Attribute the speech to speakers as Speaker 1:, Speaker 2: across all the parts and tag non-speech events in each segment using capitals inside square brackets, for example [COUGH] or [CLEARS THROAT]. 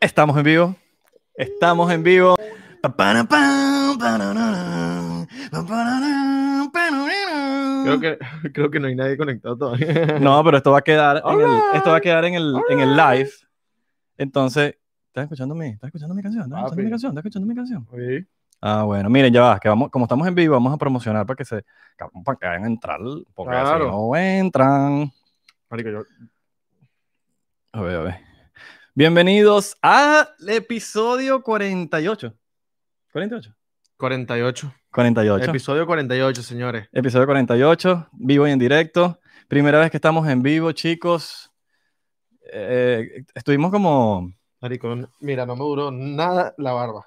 Speaker 1: Estamos en vivo. Estamos en vivo.
Speaker 2: Creo que, [LAUGHS] creo que no hay nadie conectado todavía. [LAUGHS]
Speaker 1: No, pero esto va a quedar en
Speaker 2: Alright,
Speaker 1: el, esto va a quedar en el, en el
Speaker 2: alright.
Speaker 1: live. Entonces, ¿estás escuchando mi, estás escuchando mi canción? ¿Estás escuchando
Speaker 2: Papi.
Speaker 1: mi canción? ¿Estás escuchando mi canción?
Speaker 2: Sí.
Speaker 1: Ah, bueno, miren, ya va, que vamos, como estamos en vivo, vamos a promocionar para que se cabrón, para que vayan a entrar, porque
Speaker 2: Claro.
Speaker 1: si no entran.
Speaker 2: Marico, yo.
Speaker 1: A ver, a ver. Bienvenidos al episodio 48. 48.
Speaker 2: 48.
Speaker 1: 48.
Speaker 2: Episodio 48, señores.
Speaker 1: Episodio 48, vivo y en directo. Primera vez que estamos en vivo, chicos. Eh, estuvimos como.
Speaker 2: Marico, n- mira, no me duró nada la barba.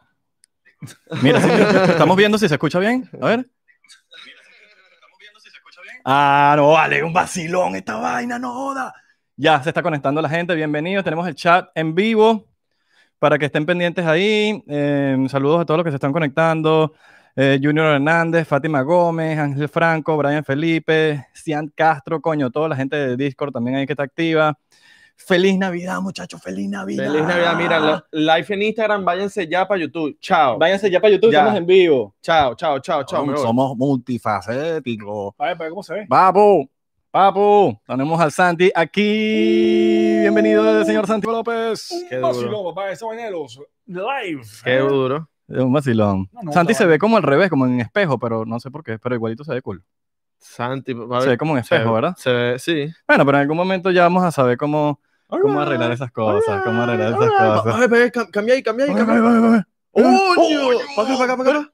Speaker 1: Mira, sí, estamos viendo si se escucha bien. A ver. Ah, no, vale, un vacilón esta vaina, no joda. Ya se está conectando la gente, bienvenidos. Tenemos el chat en vivo para que estén pendientes ahí. Eh, saludos a todos los que se están conectando. Eh, Junior Hernández, Fátima Gómez, Ángel Franco, Brian Felipe, Cian Castro, coño, toda la gente de Discord también ahí que está activa. Feliz Navidad, muchachos, feliz Navidad.
Speaker 2: Feliz Navidad. Mira, lo- live en Instagram, váyanse ya para YouTube. Chao.
Speaker 1: Váyanse ya para YouTube,
Speaker 2: Ya.
Speaker 1: estamos en vivo.
Speaker 2: Chao, chao, chao, chao. me voy.
Speaker 1: somos multifacéticos.
Speaker 3: A ver, pero ¿cómo se ve?
Speaker 1: Papu, papu, tenemos al Santi aquí. Bienvenido el señor Santi López.
Speaker 2: Qué
Speaker 3: Un
Speaker 2: duro.
Speaker 3: vacilón, papá. Esa vaina de los live.
Speaker 2: Qué duro.
Speaker 1: Un vacilón.
Speaker 3: No, no,
Speaker 1: Santi se
Speaker 3: chaval.
Speaker 1: ve como al revés, como en espejo, pero no sé por qué, pero igualito se ve cool.
Speaker 2: Santi, va a
Speaker 1: Se
Speaker 2: ver.
Speaker 1: ve como en espejo, ¿verdad?
Speaker 2: Se ve, sí.
Speaker 1: Bueno, pero en algún momento ya vamos a saber cómo, cómo
Speaker 2: Alright,
Speaker 1: arreglar esas cosas, cómo arreglar esas
Speaker 2: alright.
Speaker 1: cosas.
Speaker 2: Ay, bebé, cam- cambia ahí, cambia ahí, cambia ahí. ¡Oño! Pa' acá, pa' acá, pa' acá.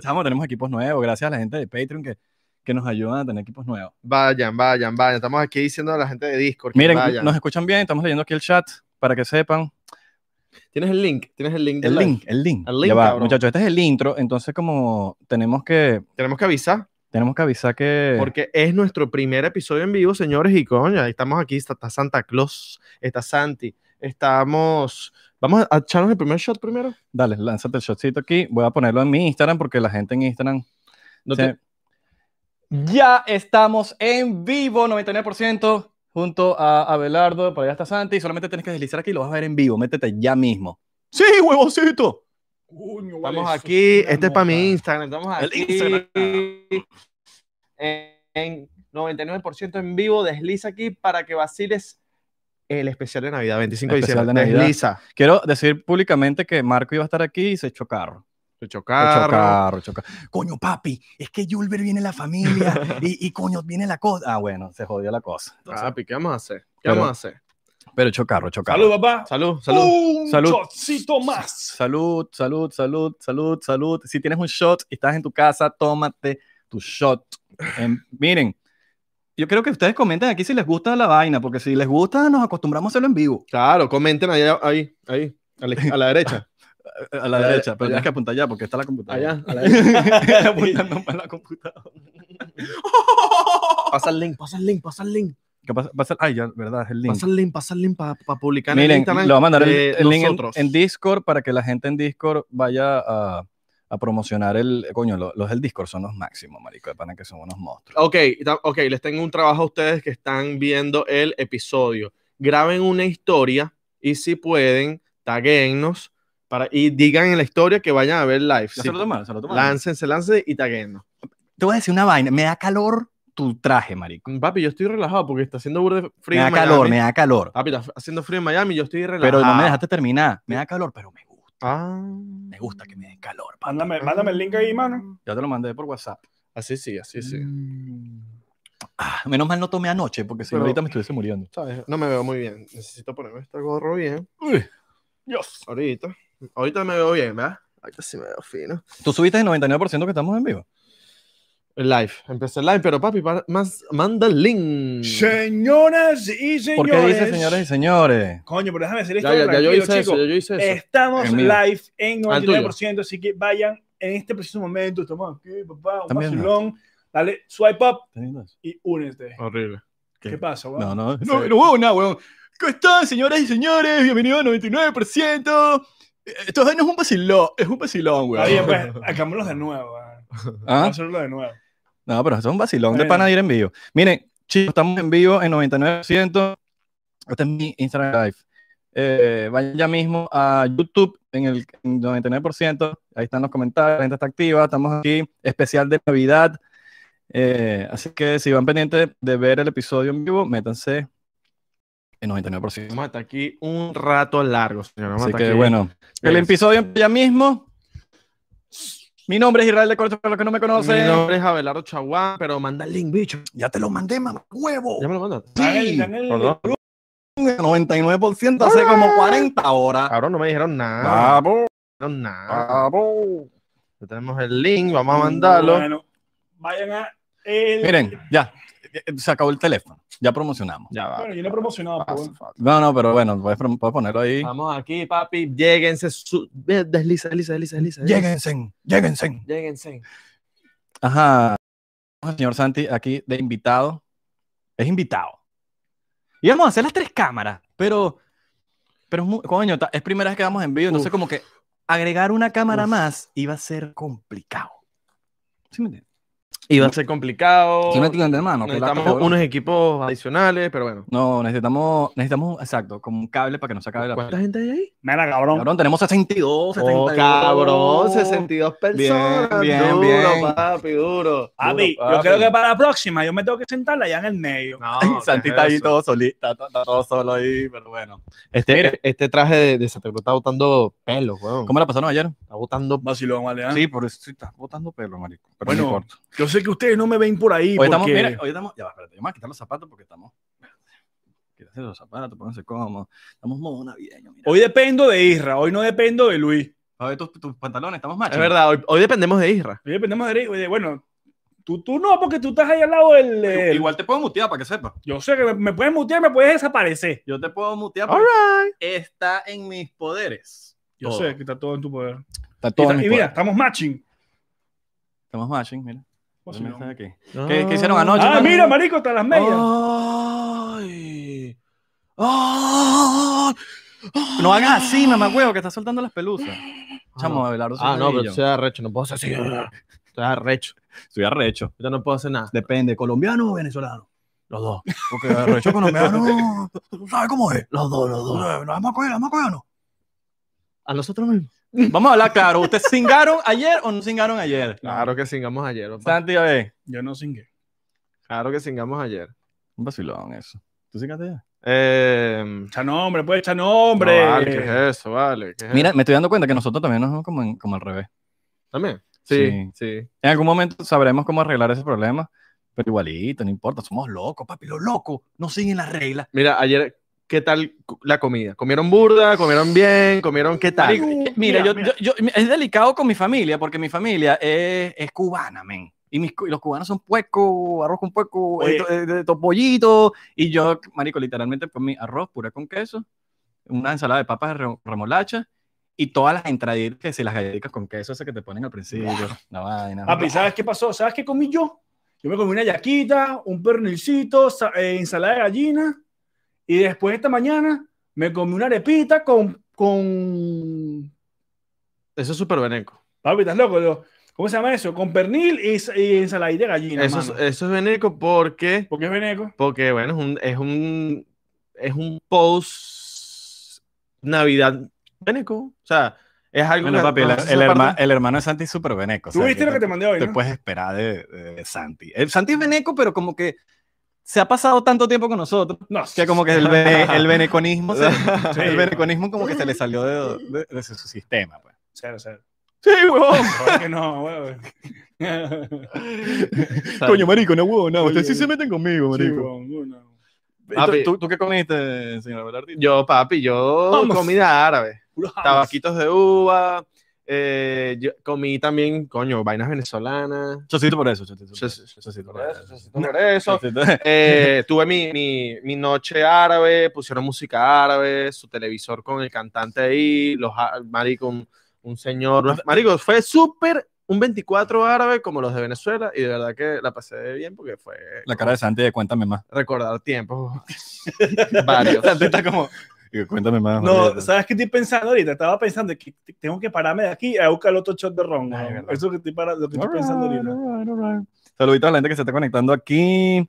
Speaker 1: Chamo, tenemos equipos nuevos, gracias a la gente de Patreon que, que nos ayudan a tener equipos nuevos.
Speaker 2: Vayan, vayan, vayan. Estamos aquí diciendo a la gente de Discord. que
Speaker 1: Miren,
Speaker 2: vayan.
Speaker 1: nos escuchan bien, estamos leyendo aquí el chat para que sepan.
Speaker 2: Tienes el link, tienes el link. del
Speaker 1: El
Speaker 2: live.
Speaker 1: link, el link.
Speaker 2: El link,
Speaker 1: Ya va,
Speaker 2: cabrón.
Speaker 1: muchachos, este es el intro, entonces como tenemos que,
Speaker 2: Tenemos que avisar.
Speaker 1: tenemos que avisar que...
Speaker 2: Porque es nuestro primer episodio en vivo, señores, y coño, ahí estamos aquí, está, está Santa Claus, está Santi, estamos... Vamos a echarnos el primer shot primero.
Speaker 1: Dale, lánzate el shotcito aquí, voy a ponerlo en mi Instagram porque la gente en Instagram...
Speaker 2: No
Speaker 1: se- Ya estamos en vivo, 99%, junto a Abelardo, por allá está Santi, solamente tienes que deslizar aquí y lo vas a ver en vivo, métete ya mismo. Sí, huevocito.
Speaker 3: Coño, vale,
Speaker 2: Estamos
Speaker 3: eso
Speaker 2: aquí,
Speaker 3: una
Speaker 2: este es para mi
Speaker 3: nota.
Speaker 2: Instagram, estamos
Speaker 1: El
Speaker 2: aquí
Speaker 1: Instagram.
Speaker 2: en, en 99% en vivo, desliza aquí para que vaciles el especial de Navidad, 25 de
Speaker 1: Especial de
Speaker 2: diciembre,
Speaker 1: Navidad.
Speaker 2: desliza.
Speaker 1: Quiero decir públicamente que Marco iba a estar aquí y se echó carro.
Speaker 2: Se
Speaker 1: Se echó
Speaker 2: chocaron.
Speaker 1: carro, echó carro. Coño, papi, es que Julber viene la familia [LAUGHS] y, y coño, viene la cosa. Ah, bueno, se jodió la cosa. Entonces,
Speaker 2: Papi, ¿qué vamos a hacer? ¿Qué
Speaker 1: Pero-
Speaker 2: vamos a hacer?
Speaker 1: pero echó carro, echó carro.
Speaker 3: Salud, papá.
Speaker 2: Salud,
Speaker 1: Uh.
Speaker 2: salud.
Speaker 3: Un
Speaker 1: Salud.
Speaker 3: shotcito más.
Speaker 1: Salud, salud, salud, salud, salud. Si tienes un shot y estás en tu casa, tómate tu shot. Em, miren, yo creo que ustedes comenten aquí si les gusta la vaina, porque si les gusta, nos acostumbramos a hacerlo en vivo.
Speaker 2: Claro, comenten ahí, ahí, ahí, a la, a la
Speaker 1: [LAUGHS] Eh,
Speaker 2: derecha.
Speaker 1: A la
Speaker 2: Allá,
Speaker 1: derecha, pero
Speaker 2: allá.
Speaker 1: tienes que apuntar allá porque está la computadora.
Speaker 2: Allá, a
Speaker 1: [LAUGHS]
Speaker 2: la
Speaker 1: Apuntando para la computadora.
Speaker 2: Pasa el link, pasa el link, pasa el link.
Speaker 1: ¿Qué pasa? Pasa- Ay, ya, verdad, es el link.
Speaker 2: Pasa el link, pasa el link para publicar en el
Speaker 1: Miren,
Speaker 2: Instagram
Speaker 1: le voy a mandar el,
Speaker 2: de
Speaker 1: el link en-
Speaker 2: nosotros.
Speaker 1: en, Discord para que la gente en Discord vaya a, a promocionar el. Coño, lo- los del Discord son los máximos, marico, de pana que son unos monstruos.
Speaker 2: Ok, ta- ok, les tengo un trabajo a ustedes que están viendo el episodio. Graben una historia y si pueden, taguennos para y digan en la historia que vayan a ver live.
Speaker 1: Ya
Speaker 2: Sí,
Speaker 1: se lo tomaron, se lo tomaron.
Speaker 2: láncense, láncense y taguennos.
Speaker 1: Te voy a decir una vaina. Me da calor tu traje, marico.
Speaker 2: Papi, yo estoy relajado porque está haciendo burda de
Speaker 1: Me
Speaker 2: frío
Speaker 1: da
Speaker 2: en Miami.
Speaker 1: calor, me da calor.
Speaker 2: Papi, está haciendo frío en Miami, yo estoy relajado.
Speaker 1: Pero no me dejaste terminar. Me da calor, pero me gusta.
Speaker 2: Ah.
Speaker 1: Me gusta que me den calor. papi.
Speaker 3: Mándame, mándame el link ahí, mano.
Speaker 1: Ya te lo mandé por WhatsApp.
Speaker 2: Así sí, así sí.
Speaker 3: Mm.
Speaker 1: Ah, menos mal no tomé anoche, porque si no
Speaker 2: Pero-
Speaker 1: ahorita me estuviese muriendo.
Speaker 2: ¿Sabes? No me veo muy bien. Necesito ponerme este gorro bien.
Speaker 3: Dios.
Speaker 2: Ahorita. Ahorita me veo bien, ¿verdad? Ahorita sí me veo fino.
Speaker 1: Tú subiste el 99% que estamos en vivo.
Speaker 2: Live. Empecé el live, pero papi, pa- más, manda el link.
Speaker 3: Señoras y señores.
Speaker 1: ¿Por qué dice señores y señores?
Speaker 3: Coño, pero déjame decir esto.
Speaker 2: Ya, ya, ya yo
Speaker 3: tranquilo,
Speaker 2: hice eso,
Speaker 3: chicos.
Speaker 2: ya yo hice eso.
Speaker 3: Estamos
Speaker 1: Es mío.
Speaker 3: live en
Speaker 2: Ah, el tuyo.
Speaker 3: 99%, así que vayan en este preciso momento. Estamos aquí, papá. Un
Speaker 1: También, ¿no?
Speaker 3: vacilón. Dale, swipe up
Speaker 1: ¿Estás viendo eso?
Speaker 3: y únete.
Speaker 2: Horrible.
Speaker 3: ¿Qué,
Speaker 1: ¿Qué?
Speaker 3: pasa, weón?
Speaker 1: No, no. No, no, huevón, no, huevón. ¿Cómo están, señoras y señores? Bienvenidos al 99%. Eh, Esto no es un vacilón, es un vacilón,
Speaker 3: Está bien,
Speaker 1: huevón.
Speaker 3: pues, hagámoslo de nuevo. weón.
Speaker 1: ¿Ah?
Speaker 3: Hacerlo de nuevo.
Speaker 1: No, pero eso es un vacilón de
Speaker 3: Bueno.
Speaker 1: pana de ir en vivo. Miren, Chicos, estamos en vivo en 99%. Este es mi Instagram Live. Eh, vayan ya mismo a YouTube en el en 99%. Ahí están los comentarios, la gente está activa. Estamos aquí, especial de Navidad. Eh, así que si van pendientes de ver el episodio en vivo, métanse en 99%.
Speaker 2: Vamos a estar aquí un rato largo, señor. Vamos a
Speaker 1: Así
Speaker 2: estar
Speaker 1: que
Speaker 2: aquí.
Speaker 1: bueno, el
Speaker 2: Es-
Speaker 1: episodio empieza ya mismo. Mi nombre es Israel de Corcho, para los que no me conocen.
Speaker 2: Mi nombre es Abelardo Chaguán, pero manda el link, bicho.
Speaker 1: Ya te lo mandé, mamá, huevo.
Speaker 2: Ya me lo mandaste.
Speaker 3: Está en el- está en el
Speaker 2: Perdón.
Speaker 3: grupo.
Speaker 1: 99% hace como 40 horas.
Speaker 2: Cabrón, no me dijeron nada.
Speaker 1: Bravo,
Speaker 2: No me dijeron
Speaker 1: Ah.
Speaker 2: nada.
Speaker 1: bravo.
Speaker 2: Ya tenemos el link, vamos a mandarlo.
Speaker 3: Bueno, vayan a. el-
Speaker 1: Miren, ya, se acabó el teléfono. Ya promocionamos.
Speaker 2: Ya va.
Speaker 3: Bueno, yo no he promocionado, pero
Speaker 2: Pasa,
Speaker 3: bueno.
Speaker 2: pasa.
Speaker 1: No, no, pero bueno, puedes, prom- puedes ponerlo ahí.
Speaker 2: Vamos aquí, papi. Lléguense. Su... Ve, Desliza, desliza, desliza, desliza.
Speaker 1: Lléguense, lléguense.
Speaker 2: Lléguense.
Speaker 1: Ajá. Vamos al Señor Santi, aquí de invitado. Es invitado. Íbamos a hacer las tres cámaras, pero. Pero es muy- coño, ta- es primera vez que vamos en vivo, entonces,
Speaker 2: Uf.
Speaker 1: como que agregar una cámara
Speaker 2: Uf.
Speaker 1: más iba a ser complicado. ¿Sí me entiendes?
Speaker 2: Iba a ser complicado.
Speaker 1: ¿Sí me entiendes, hermano? Que la
Speaker 2: Necesitamos
Speaker 1: cabrón.
Speaker 2: unos equipos adicionales, pero bueno.
Speaker 1: No, necesitamos, necesitamos, exacto, como un cable para que no se acabe la
Speaker 2: ¿Cuánta gente hay ahí?
Speaker 3: Mira, cabrón.
Speaker 1: Cabrón, tenemos 62, 72.
Speaker 2: Pues, Oh, cabrón, 62 personas.
Speaker 1: Bien,
Speaker 2: duro,
Speaker 1: bien.
Speaker 2: papi, duro.
Speaker 3: Papi,
Speaker 1: Duro,
Speaker 3: yo creo
Speaker 1: papi.
Speaker 3: que para la próxima yo me tengo que sentar allá en el medio.
Speaker 2: [LAUGHS] No,
Speaker 1: Santi
Speaker 2: ¿qué es
Speaker 1: está ahí
Speaker 2: eso?
Speaker 1: todo solita, está, está todo solo ahí, pero bueno.
Speaker 2: Este,
Speaker 1: Mira.
Speaker 2: este traje de, de Santa Cruz está botando pelo, weón.
Speaker 1: ¿Cómo la pasaron ayer?
Speaker 2: Está botando
Speaker 3: Vacilón, vale. ¿ah?
Speaker 1: Sí, por eso sí estás botando pelo, marico. Pero
Speaker 3: Bueno,
Speaker 1: no importa.
Speaker 3: Yo sé que ustedes no me ven por ahí.
Speaker 1: Hoy estamos,
Speaker 3: porque-
Speaker 1: mira, hoy estamos, ya va, espérate, yo me voy a quitar los zapatos porque estamos, quítate los zapatos, pónganse cómodos, estamos modo navideño, mira.
Speaker 3: Hoy dependo de Isra, hoy no dependo de Luis.
Speaker 1: a ver tus, tus pantalones, estamos machos.
Speaker 2: Es verdad, hoy, hoy dependemos de Isra.
Speaker 3: Hoy dependemos de Isra. Oye, Bueno, tú, tú no, porque tú estás ahí al lado del. del-
Speaker 1: Igual te puedo mutear para que sepas.
Speaker 3: Yo sé que me, me puedes mutear, me puedes desaparecer.
Speaker 1: Yo te puedo mutear
Speaker 2: All
Speaker 1: porque
Speaker 2: right.
Speaker 1: está en mis poderes.
Speaker 3: Yo
Speaker 1: Todo.
Speaker 3: sé que está todo en tu poder.
Speaker 1: Está
Speaker 3: Y,
Speaker 1: todo
Speaker 3: ta-
Speaker 1: en mis
Speaker 3: y mira,
Speaker 1: poderes.
Speaker 3: estamos matching.
Speaker 1: Estamos matching, mira. Mira, está aquí.
Speaker 2: ¿Qué,
Speaker 1: qué hicieron anoche?
Speaker 3: Ah,
Speaker 1: man.
Speaker 3: mira, marico, hasta las medias.
Speaker 1: Oh.
Speaker 2: Ay. Ay.
Speaker 1: No hagas así, mamagüevo, que estás soltando las pelusas. Chamo, Abelardo.
Speaker 2: Ah, no, pero
Speaker 1: Cedillo.
Speaker 2: estoy arrecho, no puedo hacer así. Estoy arrecho.
Speaker 1: Estoy arrecho.
Speaker 2: Yo no puedo hacer nada.
Speaker 1: Depende, colombiano o venezolano.
Speaker 2: Los dos.
Speaker 1: Porque arrecho colombiano, [LAUGHS] tú sabes cómo es.
Speaker 2: Los dos, los dos. A nosotros mismos.
Speaker 1: Vamos a hablar claro. ¿Ustedes cingaron ayer o no cingaron ayer?
Speaker 2: Claro que singamos ayer, papá.
Speaker 1: Santi, a ver.
Speaker 3: Yo no singué.
Speaker 2: Claro que singamos ayer.
Speaker 1: Un vacilón eso. ¿Tú cingaste ya?
Speaker 2: Eh,
Speaker 3: Echa nombre, pues echa nombre.
Speaker 2: no, vale, ¿qué es eso? Vale. ¿qué es
Speaker 1: Mira,
Speaker 2: eso?
Speaker 1: me estoy dando cuenta que nosotros también nos vamos como, en- como al revés.
Speaker 2: También. Sí,
Speaker 1: Sí.
Speaker 2: sí.
Speaker 1: En algún momento sabremos cómo arreglar ese problema, pero igualito, no importa. Somos locos, papi. Los locos no siguen las reglas.
Speaker 2: Mira, ayer, ¿qué tal cu- la comida? ¿Comieron burda? ¿Comieron bien? ¿Comieron qué tal?
Speaker 1: Marico,
Speaker 3: Uh,
Speaker 1: mira,
Speaker 3: mira,
Speaker 1: yo,
Speaker 3: mira.
Speaker 1: yo- yo- es delicado con mi familia, porque mi familia es, es cubana, men. Y, mis cu- y los cubanos son puerco, arroz con puerco,
Speaker 3: Oye.
Speaker 1: eh, to- eh, de- to- pollito. Y yo, marico, literalmente con mi arroz pura con queso, una ensalada de papas re- remolacha y todas las entraditas, que si las galletitas con queso, esas que te ponen al principio, la vaina.
Speaker 3: Papi, ¿sabes qué pasó? ¿Sabes qué comí yo? Yo me comí una yaquita, un pernilcito, sa- eh, ensalada de gallina. Y después esta mañana me comí una arepita con. con...
Speaker 2: Eso es súper veneco.
Speaker 3: Papi, ¿estás loco? Yo, ¿Cómo se llama eso? Con pernil y, y ensalada de gallina.
Speaker 2: Eso es,
Speaker 3: mano.
Speaker 2: eso es veneco porque,
Speaker 3: Porque es veneco.
Speaker 2: porque bueno, es un, es un, es un post Navidad veneco. O sea, es algo.
Speaker 1: Bueno,
Speaker 2: na-
Speaker 1: papi, el,
Speaker 2: no, esa
Speaker 1: el
Speaker 2: parte-
Speaker 1: herma- el hermano de Santi es súper veneco. o
Speaker 3: ¿Tú
Speaker 1: sea,
Speaker 3: viste lo que te mandé hoy?
Speaker 1: te
Speaker 3: no?
Speaker 1: puedes esperar de, de Santi. El Santi es veneco, pero como que se ha pasado tanto tiempo con nosotros
Speaker 3: No,
Speaker 1: que como que el, ve- el veneconismo
Speaker 2: [LAUGHS]
Speaker 1: se-
Speaker 3: Sí,
Speaker 1: el veneconismo como que se le salió de, de- de su, su sistema. Pues.
Speaker 3: Cero, cero.
Speaker 1: Sí, huevón.
Speaker 3: Pero es que no, huevón.
Speaker 1: Coño, marico, no huevo, no.
Speaker 3: Coño,
Speaker 1: Ustedes sí se
Speaker 3: huevón.
Speaker 1: meten conmigo,
Speaker 3: [LAUGHS] Sí,
Speaker 1: marico.
Speaker 3: huevón, uno.
Speaker 1: ¿Y
Speaker 2: Papi.
Speaker 1: ¿Tú, tú, tú qué comiste, señor Abelardi?
Speaker 2: Yo, papi, yo
Speaker 3: Vamos.
Speaker 2: comida árabe.
Speaker 3: Puro jamás.
Speaker 2: Tabaquitos de uva. eh, yo comí también, coño, vainas venezolanas.
Speaker 1: Chocito por eso, chocito. por
Speaker 2: Sí,
Speaker 1: eso,
Speaker 2: sí, sí.
Speaker 1: chocito
Speaker 2: Por
Speaker 1: por
Speaker 2: eso,
Speaker 1: eso.
Speaker 2: chocito por eso.
Speaker 1: Chocito.
Speaker 2: [LAUGHS] Eh, tuve mi, mi, mi noche árabe, pusieron música árabe, su televisor con el cantante ahí, los á- marico, un, un señor. unos- marico, fue súper un 24 árabe como los de Venezuela y de verdad que la pasé bien porque fue
Speaker 1: La cara de Santi de cuéntame más. [LAUGHS]
Speaker 2: recordar tiempos varios.
Speaker 1: Santi está como... "Y Cuéntame más.
Speaker 3: No,
Speaker 1: marico".
Speaker 3: ¿sabes qué estoy pensando ahorita? Estaba pensando que t- tengo que pararme de aquí a buscar otro shot de ron.
Speaker 1: Ah, es
Speaker 3: weón.
Speaker 1: verdad.
Speaker 3: Eso que estoy, para- lo que estoy pensando
Speaker 1: Alright,
Speaker 3: ahorita.
Speaker 1: alright, alright. Saluditos a la gente que se está conectando aquí.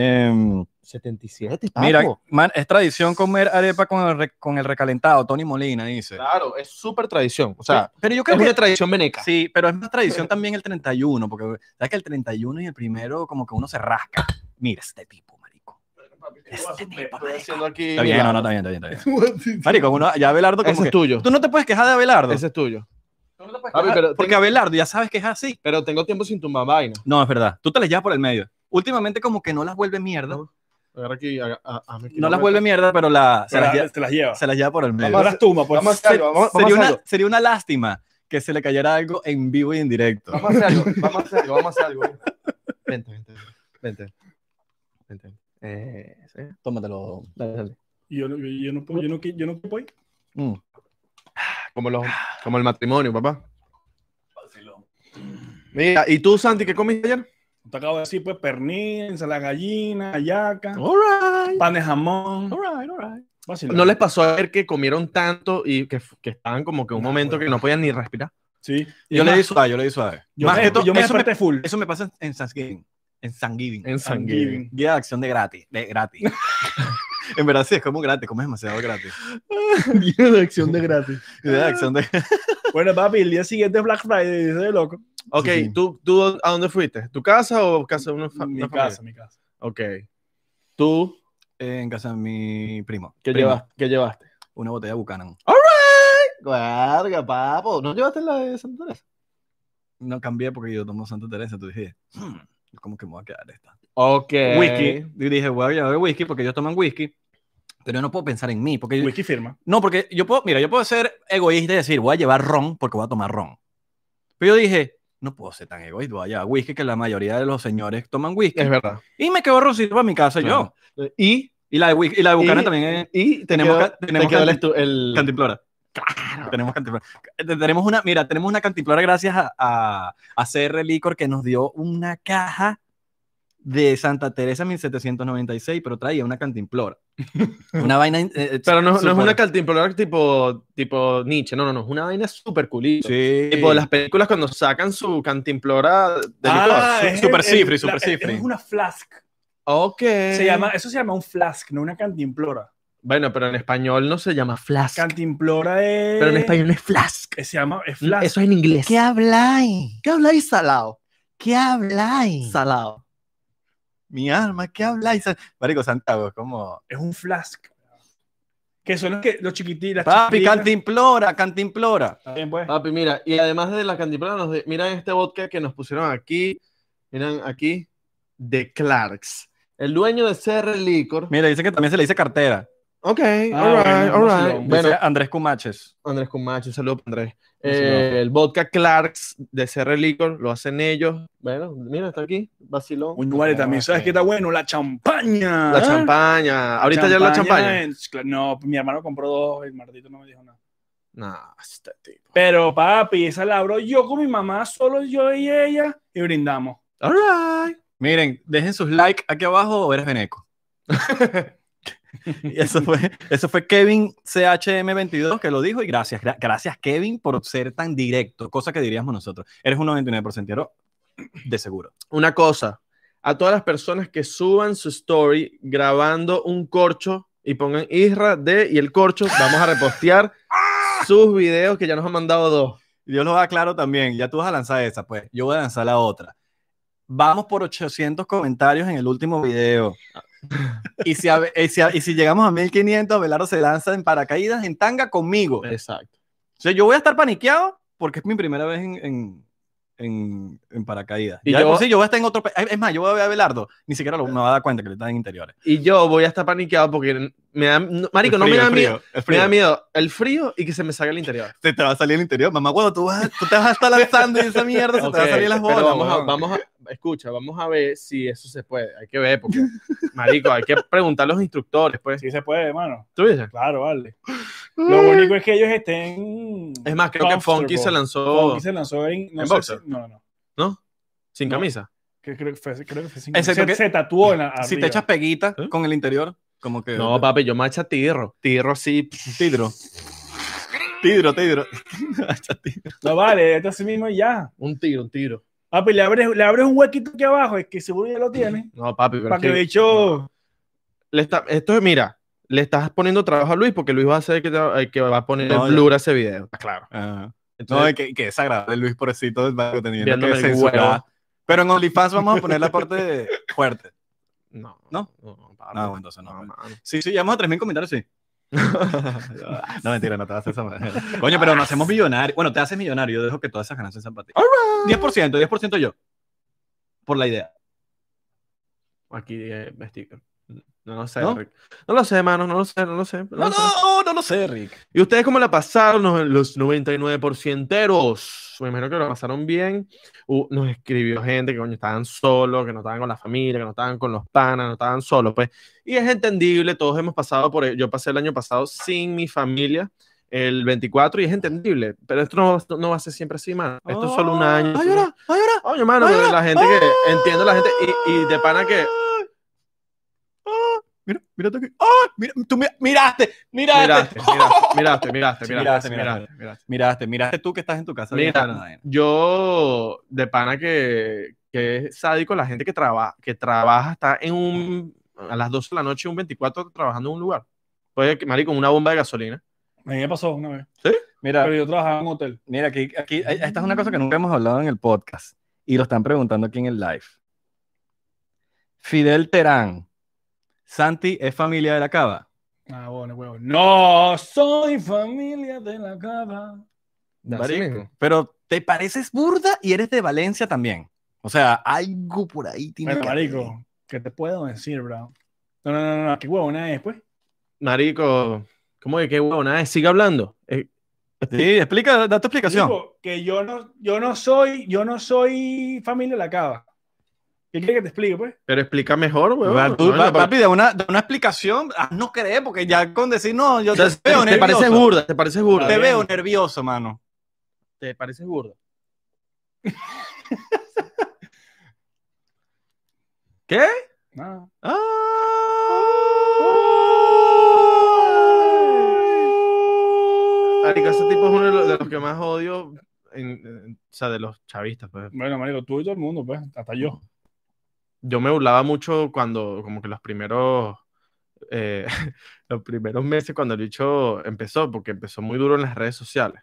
Speaker 1: Em,
Speaker 2: 77,
Speaker 1: mira,
Speaker 2: papo.
Speaker 1: man, es tradición comer arepa con el, re- con el recalentado, Tony Molina dice.
Speaker 2: Claro, es súper tradición. O sea,
Speaker 1: pero yo
Speaker 2: es
Speaker 1: creo que
Speaker 2: una tradición veneca.
Speaker 1: Sí, pero es más tradición también el 31, porque sabes que el 31 y el primero como que uno se rasca. Mira este tipo, marico. Este tipo,
Speaker 2: Estoy
Speaker 1: marico.
Speaker 2: haciendo aquí.
Speaker 1: Está bien, no, no, está bien, está bien, está bien. Marico, uno, ya Abelardo como
Speaker 2: Ese es
Speaker 1: que-
Speaker 2: tuyo.
Speaker 1: Tú no te puedes quejar de Abelardo.
Speaker 2: Ese es tuyo.
Speaker 1: Tú no te puedes
Speaker 2: Papi,
Speaker 1: quejar,
Speaker 2: pero
Speaker 1: porque
Speaker 2: tengo-
Speaker 1: Abelardo ya sabes que es así.
Speaker 2: Pero tengo tiempo sin tumbar vaina.
Speaker 1: No, es verdad. Tú te las llevas por el medio. Últimamente como que no las vuelve mierda.
Speaker 2: No,
Speaker 1: No,
Speaker 2: Agarra aquí. aga- a- hazme aquí
Speaker 1: las
Speaker 2: una-
Speaker 1: vuelve mierda, pero la, se,
Speaker 3: Se
Speaker 1: las
Speaker 3: las,
Speaker 1: lleva,
Speaker 3: lle- se las lleva.
Speaker 1: se las lleva por el medio.
Speaker 3: Vamos a las tumbas, pues.
Speaker 2: Vamos a hacer
Speaker 1: Se-
Speaker 2: algo. Vamos, vamos
Speaker 1: sería,
Speaker 2: a hacer
Speaker 1: una,
Speaker 2: algo.
Speaker 1: sería una lástima que se le cayera algo en vivo y en directo.
Speaker 2: Vamos a hacer [LAUGHS] algo. Vamos a hacer algo. Vamos a hacer algo. Vente, vente. Vente. Vente. Eh, sí.
Speaker 1: Tómatelo.
Speaker 2: Dale, dale.
Speaker 3: Yo, no- yo, yo no puedo, yo no, qui- yo no puedo ir.
Speaker 1: Mm.
Speaker 2: Como, los, como el matrimonio, papá. Mira, ¿y tú, Santi, qué comiste ayer?
Speaker 3: Te acabo de decir, pues, pernil, ensalada gallina, hallaca,
Speaker 1: Oh.
Speaker 2: All right.
Speaker 3: pan de jamón.
Speaker 2: All right, all right.
Speaker 3: Vacilón.
Speaker 2: ¿No les pasó a ver que comieron tanto y que, que estaban como que un momento que no podían ni respirar?
Speaker 3: Sí.
Speaker 1: Yo le di
Speaker 3: dije
Speaker 1: suave, yo le di suave.
Speaker 3: yo
Speaker 1: Más
Speaker 3: me,
Speaker 1: que todo,
Speaker 3: yo me
Speaker 1: eso, me,
Speaker 3: desperté full.
Speaker 1: eso me pasa en- en Thanksgiving. En Thanksgiving. [LAUGHS]
Speaker 2: En
Speaker 3: sanguíneo.
Speaker 1: Día de acción de gratis. De
Speaker 2: [LAUGHS]
Speaker 1: gratis. en verdad sí, es como gratis, comes demasiado gratis.
Speaker 2: de acción de gratis.
Speaker 1: Día de acción
Speaker 2: [LAUGHS]
Speaker 1: de
Speaker 3: Bueno, papi, el día siguiente es Black Friday, dice de loco.
Speaker 2: Ok,
Speaker 1: Sí, sí.
Speaker 2: ¿tú, ¿tú a dónde fuiste? ¿Tu casa o casa de una fa-
Speaker 3: Mi
Speaker 2: una
Speaker 3: casa, mi casa.
Speaker 2: familia? Ok. ¿Tú
Speaker 1: En casa de mi primo.
Speaker 2: qué,
Speaker 1: Prima,
Speaker 2: llevas, qué llevaste?
Speaker 1: Una botella de Buchanan.
Speaker 2: Larga, papo. ¿No llevaste la de Santa Teresa?
Speaker 1: No cambié porque yo tomo Santa Teresa, tú dije, "Hmm, ¿cómo que me voy a quedar esta?
Speaker 2: Ok.
Speaker 1: Whisky. Y dije, voy a llevar whisky porque ellos toman whisky, pero yo no puedo pensar en mí. Porque yo-
Speaker 3: Whisky firma.
Speaker 1: no, porque yo puedo, mira, yo puedo ser egoísta y decir, voy a llevar ron porque voy a tomar ron. Pero yo dije, no puedo ser tan egoísta, voy a llevar whisky, que la mayoría de los señores toman whisky.
Speaker 2: Es verdad.
Speaker 1: Y me quedo roncito para mi casa yo.
Speaker 2: Claro. Y,
Speaker 1: Y la de, whisky- y la de Buchanan
Speaker 2: y-
Speaker 1: también es
Speaker 2: y
Speaker 1: tenemos
Speaker 2: tenemos,
Speaker 1: ca- tenemos
Speaker 2: te quedó el
Speaker 1: canti-
Speaker 2: estu- el-
Speaker 1: cantimplora. Claro. Tenemos cantimplora. Eh, Tenemos una, mira, tenemos una cantimplora gracias a, a, a CR Licor que nos dio una caja de Santa Teresa 1796, pero traía una cantimplora.
Speaker 2: [LAUGHS]
Speaker 1: Una vaina. eh, eh,
Speaker 2: Pero no, no
Speaker 1: súper-
Speaker 2: es una cantimplora tipo, tipo Nietzsche, no, no, no, es una vaina súper culita.
Speaker 1: Sí.
Speaker 2: Tipo las películas cuando sacan su cantimplora de
Speaker 3: Ah,
Speaker 2: licor.
Speaker 1: su- super cifre, super
Speaker 3: es-
Speaker 1: cifre.
Speaker 3: Es una flask.
Speaker 2: Ok.
Speaker 3: Se llama, eso se llama un flask, no una cantimplora.
Speaker 2: Bueno, pero en español no se llama flask.
Speaker 3: Cantimplora es.
Speaker 2: pero en español es flask.
Speaker 3: eh, Se llama es flask.
Speaker 2: Eso es en inglés.
Speaker 4: ¿Qué habláis?
Speaker 2: ¿Qué habláis salado?
Speaker 4: ¿Qué habláis?
Speaker 2: Salado.
Speaker 1: Mi alma, ¿qué habláis? Marico Santiago, es como.
Speaker 3: Es un flask. Que son los que los chiquititas.
Speaker 2: Ah,
Speaker 1: Papi, cantimplora, cantimplora.
Speaker 3: pues.
Speaker 2: Papi, mira, y además de la cantimplora, nos de- miran este vodka que nos pusieron aquí. Miran aquí, de Clarks. El dueño de CR Licor.
Speaker 1: Mira, dice que también se le dice cartera.
Speaker 2: Ok,
Speaker 3: Ah, bueno,
Speaker 2: alright,
Speaker 3: no se
Speaker 2: alright.
Speaker 3: lo-
Speaker 1: Bueno, Andrés Cumaches.
Speaker 2: Andrés Cumacho, un saludo para Andrés.
Speaker 1: Un saludo.
Speaker 2: Eh, el vodka Clarks de CR Licor lo hacen ellos. Bueno, mira, está aquí, vacilón. Ah,
Speaker 3: Un vale también. ¿Sabes qué está bueno? La champaña.
Speaker 2: La
Speaker 3: ¿eh?
Speaker 2: champaña. Ahorita ya la champaña.
Speaker 3: en- cla- No, mi hermano compró dos, el martito no me dijo nada.
Speaker 2: Nah, este tipo.
Speaker 3: Pero papi, esa la abro yo con mi mamá, solo yo y ella, y brindamos.
Speaker 2: Alright.
Speaker 1: Miren, dejen sus likes aquí abajo o eres veneco. [LAUGHS] Y eso fue, eso fue Kevin CHM22 que lo dijo y gracias, gra- gracias Kevin por ser tan directo, cosa que diríamos nosotros. Eres un 99% de seguro.
Speaker 2: Una cosa, a todas las personas que suban su story grabando un corcho y pongan Isra de y el corcho, vamos a repostear sus videos que ya nos han mandado dos.
Speaker 1: Dios lo da claro también, ya tú vas a lanzar esa, pues yo voy a lanzar la otra. Vamos por 800 comentarios en el último video. Y si, a- y si, a- y si llegamos a 1500, Abelardo se lanza en paracaídas en tanga conmigo.
Speaker 2: Exacto.
Speaker 1: O sea, yo voy a estar paniqueado porque es mi primera vez en, en, en- en paracaídas.
Speaker 2: Y
Speaker 1: ya, de
Speaker 2: yo-
Speaker 1: por sí, yo voy a estar en otro... pa- Es más, yo voy a ver a Abelardo. Ni siquiera lo, me va a dar cuenta que le están en interiores.
Speaker 2: Y yo voy a estar paniqueado porque me da, no- marico,
Speaker 1: El
Speaker 2: no me
Speaker 1: frío,
Speaker 2: da
Speaker 1: el
Speaker 2: miedo.
Speaker 1: frío, el
Speaker 2: Me
Speaker 1: frío.
Speaker 2: da miedo el frío y que se me salga el interior.
Speaker 1: Se te va a salir el interior. Mamá, huevo, tú, vas, tú te vas a estar lanzando y esa mierda se
Speaker 2: Ok,
Speaker 1: te va a salir las
Speaker 2: pero
Speaker 1: bolas.
Speaker 2: Vamos a,
Speaker 1: huevón.
Speaker 2: vamos a- escucha, vamos a ver si eso se puede. Hay que ver, porque, marico, hay que preguntar a los instructores, pues.
Speaker 3: Sí se puede, hermano.
Speaker 2: ¿Tú dices?
Speaker 3: Claro, vale. Lo
Speaker 1: Mm.
Speaker 3: único es que ellos estén.
Speaker 2: Mm. Es más, creo que Funky se lanzó
Speaker 3: Funky se lanzó en. No,
Speaker 2: ¿En
Speaker 3: sé
Speaker 2: boxer?
Speaker 3: si- no, no.
Speaker 2: sin
Speaker 3: No.
Speaker 2: camisa.
Speaker 3: Que Creo que fue, creo que fue sin-
Speaker 1: Excepto
Speaker 3: se,
Speaker 1: que-
Speaker 3: se tatuó en la.
Speaker 1: Si
Speaker 3: arriba.
Speaker 1: te echas peguita
Speaker 2: ¿Eh?
Speaker 1: con el interior, como que...
Speaker 2: No, papi, yo me echa tirro. Tirro sí.
Speaker 1: Tidro. Tidro, tidro. Hacha tidro.
Speaker 3: No vale, este es mismo y ya.
Speaker 2: Un tiro, un tiro.
Speaker 3: Papi, le abres, le abres un huequito aquí abajo, es que seguro ya lo tiene.
Speaker 2: No, papi, pero
Speaker 3: Para
Speaker 2: es
Speaker 3: que
Speaker 2: que
Speaker 3: de hecho.
Speaker 2: le está- esto es, mira, le estás poniendo trabajo a Luis porque Luis va a ser el que, te- el que va a poner
Speaker 1: No,
Speaker 2: el
Speaker 1: ya.
Speaker 2: blur a ese video. Está claro.
Speaker 1: Ah. No,
Speaker 2: Entonces,
Speaker 1: es que, que es agradable Luis pobrecito del barco teniendo
Speaker 2: Viéndome
Speaker 1: que
Speaker 2: el
Speaker 1: censurar.
Speaker 2: huevo.
Speaker 1: Pero en OnlyFans vamos a poner la parte fuerte.
Speaker 2: no,
Speaker 1: ¿No?
Speaker 2: no, papi.
Speaker 1: No, entonces no.
Speaker 2: mano.
Speaker 1: Sí, sí, llegamos a 3.000 comentarios,
Speaker 2: [LAUGHS]
Speaker 1: sí. no, mentira, no te vas a hacer esa manera. Coño, pero nos hacemos millonarios. Bueno, te haces millonario, yo dejo que todas esas ganancias sean para ti. 10%, 10% yo. Por la idea.
Speaker 2: Aquí eh, sticker. No lo sé,
Speaker 1: ¿No?
Speaker 2: Rick. ¿No? lo sé, mano, no lo sé, no lo sé. no
Speaker 1: No,
Speaker 2: lo sé.
Speaker 1: no, no lo sé, Rick.
Speaker 2: ¿Y ustedes cómo la pasaron los, los 99%eros? Me imagino que lo pasaron bien. Uh, nos escribió gente que coño, estaban solos, que no estaban con la familia, que no estaban con los panas, no estaban solos. Pues. Y es entendible, todos hemos pasado por... e, Yo pasé el año pasado sin mi familia, el 24, y es entendible. Pero esto no, va- no va a ser siempre así, mano. Esto es solo un año.
Speaker 1: Ah, ¡Ay, ahora! ¡Ay, ahora!
Speaker 2: Oye, mano,
Speaker 1: Ay,
Speaker 2: pero la gente que...
Speaker 1: ¡Ah!
Speaker 2: Entiendo la gente y, y de pana que...
Speaker 1: ¡Ah! Mira, mírate aquí. ¡Ah! Mira, tú mi- miraste, miraste.
Speaker 2: Miraste, miraste, miraste, miraste,
Speaker 1: Sí, miraste,
Speaker 2: miraste, miraste,
Speaker 1: [LAUGHS]
Speaker 2: miraste.
Speaker 1: Miraste, miraste tú que estás en tu casa.
Speaker 2: Mira,
Speaker 1: viendo la vaina.
Speaker 2: Yo, de pana que, que es sádico la gente que, traba- que trabaja, está en un, a las 12 de la noche, un 24, trabajando en un lugar. Pues, marico, una bomba de gasolina.
Speaker 3: A mí me pasó una vez.
Speaker 1: mira,
Speaker 3: Pero yo trabajaba en un hotel.
Speaker 1: mira, aquí, aquí, esta es una cosa que nunca hemos hablado en el podcast y lo están preguntando aquí en el live. Fidel Terán, Santi es familia de la cava.
Speaker 3: Ah, bueno, huevo. No, soy familia de la cava.
Speaker 2: Marico.
Speaker 1: Pero te pareces burda y eres de Valencia también. O sea, algo por ahí tiene
Speaker 3: Bueno,
Speaker 1: que
Speaker 3: marico, ¿qué te puedo decir, bro? No, no, no, no, qué huevo, una vez, pues.
Speaker 2: Marico, ¿cómo que qué huevona es? Sigue hablando. Eh,
Speaker 1: haber. Sí, explica, da tu explicación.
Speaker 3: Digo, que yo no, yo no soy, yo no soy familia de la cava. ¿Qué quieres que te explique, pues?
Speaker 2: pero explica mejor, huevón.
Speaker 1: Va- tú,
Speaker 2: Coño,
Speaker 1: va-
Speaker 2: pa-
Speaker 1: papi, da una, da una explicación, ah, no creer, porque ya con decir no, yo te
Speaker 2: te,
Speaker 1: veo
Speaker 2: te
Speaker 1: nervioso.
Speaker 2: parece burda, te parece burda.
Speaker 1: Te veo nervioso, mano.
Speaker 2: Te parece burda. ¿Qué?
Speaker 3: No.
Speaker 2: Marico, ese tipo es uno de los, de los que más odio, en- en- o sea, de los chavistas. Pues.
Speaker 3: Bueno, marico, tú y todo el mundo, pues, hasta yo.
Speaker 2: Yo me burlaba mucho cuando, como que los primeros, eh, [LAUGHS] los primeros meses cuando el bicho empezó, porque empezó muy duro en las redes sociales.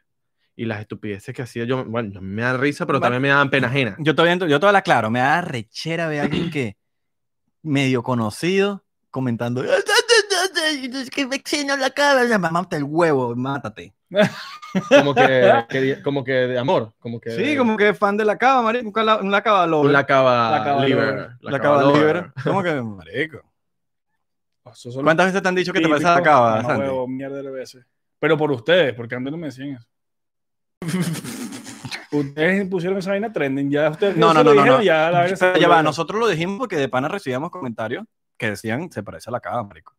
Speaker 2: Y las estupideces que hacía yo, bueno, yo- me da risa, pero
Speaker 1: Bueno.
Speaker 2: también me daban pena ajena.
Speaker 1: Yo todavía, ent- yo todavía la claro, me da rechera ver a alguien que medio conocido comentando "Eh,
Speaker 4: Es que vecino la cabeza.
Speaker 1: mámate el huevo, mátate.
Speaker 2: Como que, que- como que de amor, como que...
Speaker 1: Sí, como que fan de la cava, marico, un la, una cava lover.
Speaker 2: La cava
Speaker 3: La cava
Speaker 2: liber,
Speaker 3: lover.
Speaker 2: la
Speaker 1: La
Speaker 2: cava
Speaker 1: cava
Speaker 2: lover. [LAUGHS]
Speaker 1: libre. ¿Cómo que, marico?
Speaker 3: Eso son
Speaker 1: ¿Cuántas veces te han dicho que te
Speaker 3: típicos,
Speaker 1: pareces a la cava,
Speaker 3: mamá
Speaker 1: Santi?
Speaker 3: huevo, mierda de veces. Pero por ustedes, porque antes no me decían
Speaker 1: [LAUGHS]
Speaker 3: eso. ustedes pusieron esa vaina trending, ya ustedes
Speaker 1: No,
Speaker 3: se
Speaker 1: no,
Speaker 3: lo
Speaker 1: no, no,
Speaker 3: dijeron,
Speaker 1: no.
Speaker 3: ya la vaina se
Speaker 1: Pero ya va,
Speaker 3: volvió-
Speaker 1: nosotros lo dijimos porque de pana recibíamos comentarios que decían se parece a la cava, marico.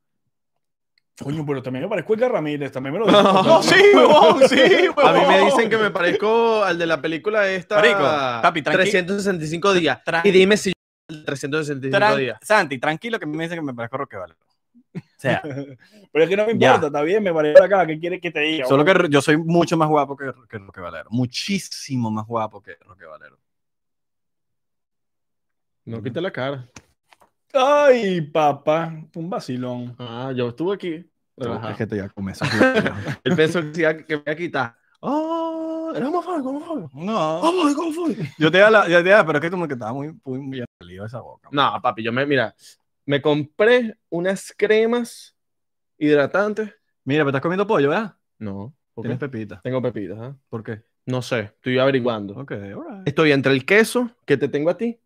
Speaker 3: Coño, pero también me parezco a Edgar Ramírez,
Speaker 1: [LAUGHS]
Speaker 3: también me lo
Speaker 1: No, sí, huevón, sí,
Speaker 2: A
Speaker 1: huevón.
Speaker 2: mí me dicen que me parezco al de la película esta.
Speaker 1: Marico, papi, tranqui-
Speaker 2: 365 días.
Speaker 1: Tran-
Speaker 2: Y dime si yo soy el 365
Speaker 1: Tran-
Speaker 2: días.
Speaker 1: Santi, tranquilo que a mí me dicen que me parezco a Roquevale. O sea,
Speaker 3: Pero es que no me
Speaker 1: Ya.
Speaker 3: importa, está bien, me parezco a la cava, ¿qué quieres que te diga?
Speaker 1: solo que yo soy mucho más guapo que, que Roque Valero. Muchísimo más guapo que Roque Valero.
Speaker 2: No quita la cara.
Speaker 3: Ay, papá, un vacilón.
Speaker 2: Ah, yo estuve aquí. relajado.
Speaker 1: Es que te iba a comer esas
Speaker 2: Él pensó que, se iba- que me iba a quitar. Oh, era homofóbico, homofóbico.
Speaker 1: [LAUGHS] No.
Speaker 2: Homofóbico, homofóbico.
Speaker 1: Yo te iba a la, yo te iba a- pero es que como que estaba muy, muy, muy salido esa boca.
Speaker 2: No, papi, yo me, mira, me compré unas cremas hidratantes.
Speaker 1: Mira, pero estás comiendo pollo, ¿verdad?
Speaker 2: No, ¿por
Speaker 1: Tienes
Speaker 2: qué?
Speaker 1: pepita.
Speaker 2: tengo pepitas. ¿ah?
Speaker 1: ¿Por qué?
Speaker 2: No sé, estoy averiguando.
Speaker 1: Ok, alright.
Speaker 2: Estoy entre el queso que te tengo a ti.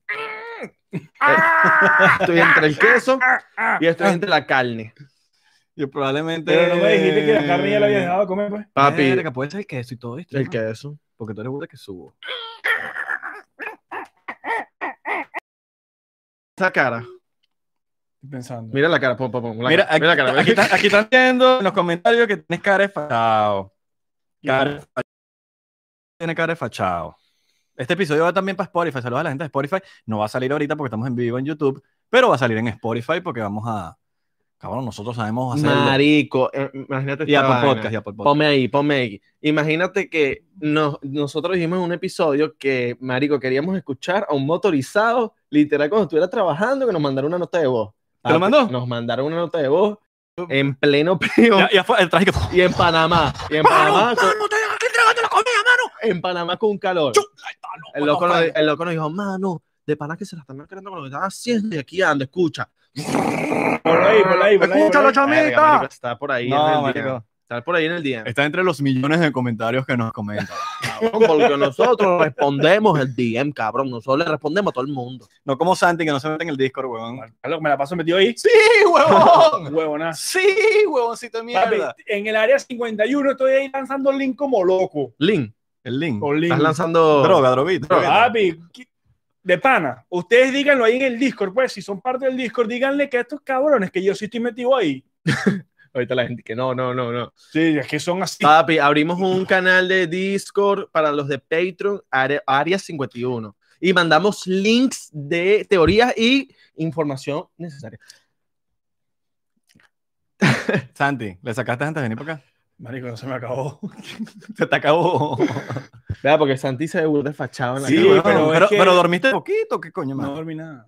Speaker 2: Eh, [LAUGHS] Estoy entre el queso y estoy entre la carne.
Speaker 1: Yo probablemente.
Speaker 3: Pero no me dijiste que la carne ya la había
Speaker 1: Eh.
Speaker 3: dejado de comer, pues.
Speaker 2: Papi,
Speaker 1: Verga, puede ser el queso y todo esto.
Speaker 2: el
Speaker 1: ¿no?
Speaker 2: queso.
Speaker 1: Porque tú eres burda que subo.
Speaker 2: Esa cara.
Speaker 3: Estoy pensando.
Speaker 2: Mira la cara, pon, pon, pon, la
Speaker 1: Mira,
Speaker 2: cara,
Speaker 1: aquí,
Speaker 2: mira la cara. mira
Speaker 1: aquí,
Speaker 2: la cara.
Speaker 1: están, aquí están viendo en los comentarios que tienes cara de fachado. Cara de fachado. Tiene cara de fachado. Este episodio va también para Spotify. Saludos a la gente de Spotify. No va a salir ahorita porque estamos en vivo en YouTube, pero va a salir en Spotify porque vamos a, Cabrón, nosotros sabemos hacerlo.
Speaker 2: Marico, eh, imagínate.
Speaker 1: y
Speaker 2: esta
Speaker 1: Apple
Speaker 2: vaina.
Speaker 1: Podcast, pues. y Apple Podcast.
Speaker 2: Ponme ahí, ponme ahí. Imagínate que nos- nosotros dijimos en un episodio que, marico, queríamos escuchar a un motorizado, literal, cuando estuviera trabajando, que nos mandara una nota de voz.
Speaker 1: ¿Te lo mandó?
Speaker 2: Nos mandaron una nota de voz en pleno [LAUGHS] peo
Speaker 1: Ya, ya fue el traje que...
Speaker 2: y en Panamá. Y en Panamá, con-
Speaker 4: ¡Mano, tengo que entregarte la comida, mano!
Speaker 2: en Panamá con calor. El loco, nos, el loco nos dijo, mano, de pana que se la están creando con lo que están haciendo y aquí anda, escucha.
Speaker 3: Por ahí, por ahí, por ahí. por ahí.
Speaker 2: Verga, marico, Está por ahí en
Speaker 1: No,
Speaker 2: el día.
Speaker 1: marico.
Speaker 2: Está por ahí en el día.
Speaker 1: [LAUGHS]
Speaker 2: [LAUGHS]
Speaker 1: Está entre los millones de comentarios que nos comentan.
Speaker 2: Cabrón, porque nosotros respondemos el DM, cabrón. Nosotros le respondemos a todo el mundo.
Speaker 1: No como Santi, que no se mete en el Discord, huevón.
Speaker 3: Loco, Me la paso metido ahí.
Speaker 1: ¡Sí,
Speaker 3: [LAUGHS]
Speaker 1: huevón!
Speaker 3: Huevona.
Speaker 1: ¡Sí, huevoncito de
Speaker 3: Papi,
Speaker 1: mierda!
Speaker 3: en el área 51 estoy ahí lanzando link como loco.
Speaker 2: Lin,
Speaker 1: El link.
Speaker 3: O link.
Speaker 2: estás lanzando.
Speaker 1: Droga, droguita. droguita.
Speaker 3: Papi, ¿qué- de pana. Ustedes díganlo ahí en el Discord, pues, si son parte del Discord, díganle que a estos cabrones que yo sí estoy metido ahí.
Speaker 2: Ahorita la gente que no, no, no, no.
Speaker 3: Sí, es que son así.
Speaker 1: Ah.
Speaker 2: Papi, abrimos un canal de Discord para los de Patreon, Are- Área 51. Y mandamos links de teorías y información necesaria.
Speaker 1: Santi, ¿le sacaste antes de venir para acá? [LAUGHS]
Speaker 3: Marico, no se me acabó.
Speaker 1: Se te acabó.
Speaker 2: Vea, porque Santi se ve desfachado en la
Speaker 3: Sí,
Speaker 2: cama.
Speaker 1: huevón.
Speaker 3: pero es que-
Speaker 1: dormiste poquito, ¿qué coño,
Speaker 3: [LAUGHS] No
Speaker 1: mano?
Speaker 3: dormí nada.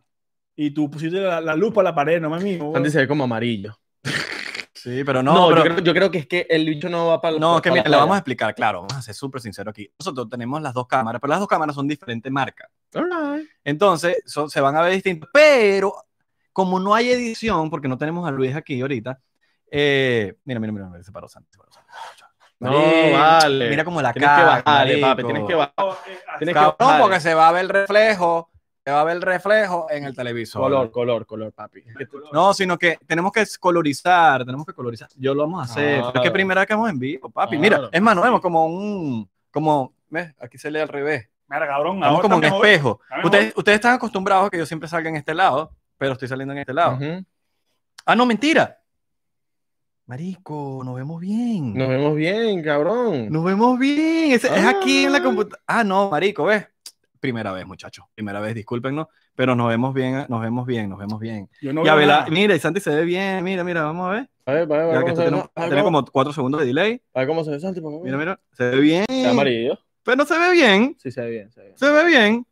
Speaker 3: Y tú pusiste la, la luz para la pared, no mami. No,
Speaker 2: Santi se ve como amarillo.
Speaker 1: Sí, pero
Speaker 2: No,
Speaker 1: no, pero-
Speaker 2: yo, creo, yo creo que es que el bicho no va para
Speaker 1: No, que mira,
Speaker 2: para la
Speaker 1: la
Speaker 2: playa.
Speaker 1: vamos a explicar, claro, vamos a ser súper sinceros aquí. Nosotros tenemos las dos cámaras, pero las dos cámaras son diferentes marcas.
Speaker 2: All right.
Speaker 1: Entonces, son- se van a ver distintos. Pero, como no hay edición, porque no tenemos a Luis aquí ahorita, eh, mira, mira, mira, mira, se paró Santi. se paró Santi.
Speaker 2: No,
Speaker 1: Marico,
Speaker 2: vale.
Speaker 1: Mira como la
Speaker 2: Tienes que
Speaker 1: cara.
Speaker 2: bajarle, papi. Tienes que bajar.
Speaker 3: no, eh, así-
Speaker 2: Tienes que
Speaker 1: Cabrón,
Speaker 2: bajarle.
Speaker 1: porque se va a ver el reflejo, se va a ver el reflejo en el televisor.
Speaker 2: Color, color, color, papi.
Speaker 1: No, sino que tenemos que colorizar, tenemos que colorizar. Yo lo vamos a hacer.
Speaker 2: Claro.
Speaker 1: pero Es que primera vez que vamos en vivo, papi.
Speaker 2: Claro.
Speaker 1: Mira, es más, nos vemos como un, como, ¿ves? Aquí se lee al revés.
Speaker 3: Mira, cabrón,
Speaker 1: Estamos
Speaker 3: ahora
Speaker 1: como un
Speaker 3: está mejor.
Speaker 1: espejo.
Speaker 3: está mejor.
Speaker 1: Ustedes, ustedes están acostumbrados a que yo siempre salga en este lado, pero estoy saliendo en este lado.
Speaker 2: Ujú.
Speaker 1: Ah, no, mentira. Marico, nos vemos bien.
Speaker 2: Nos vemos bien, cabrón.
Speaker 1: Nos vemos bien. Es, es
Speaker 2: Ah.
Speaker 1: aquí en la computadora. Ah, no, marico, ¿ves? Primera vez, muchachos. Primera vez, discúlpenos, pero nos vemos bien, nos vemos bien, nos vemos bien.
Speaker 3: Yo no
Speaker 1: y
Speaker 3: veo
Speaker 1: Abela-
Speaker 3: nada.
Speaker 1: mira, y Santi se ve bien. Mira, mira, vamos a ver.
Speaker 2: A ver, a ver, a ver
Speaker 1: Ya que
Speaker 2: cómo
Speaker 1: esto
Speaker 2: se ve,
Speaker 1: tiene,
Speaker 2: ¿no? A ver
Speaker 1: tiene
Speaker 2: cómo-
Speaker 1: como cuatro segundos de delay.
Speaker 2: a ver cómo se ve Santi, por favor.
Speaker 1: Mira, mira, se ve bien.
Speaker 2: Está amarillo.
Speaker 1: Pero no se ve bien.
Speaker 2: Sí, se ve bien, se ve bien.
Speaker 1: Se ve bien.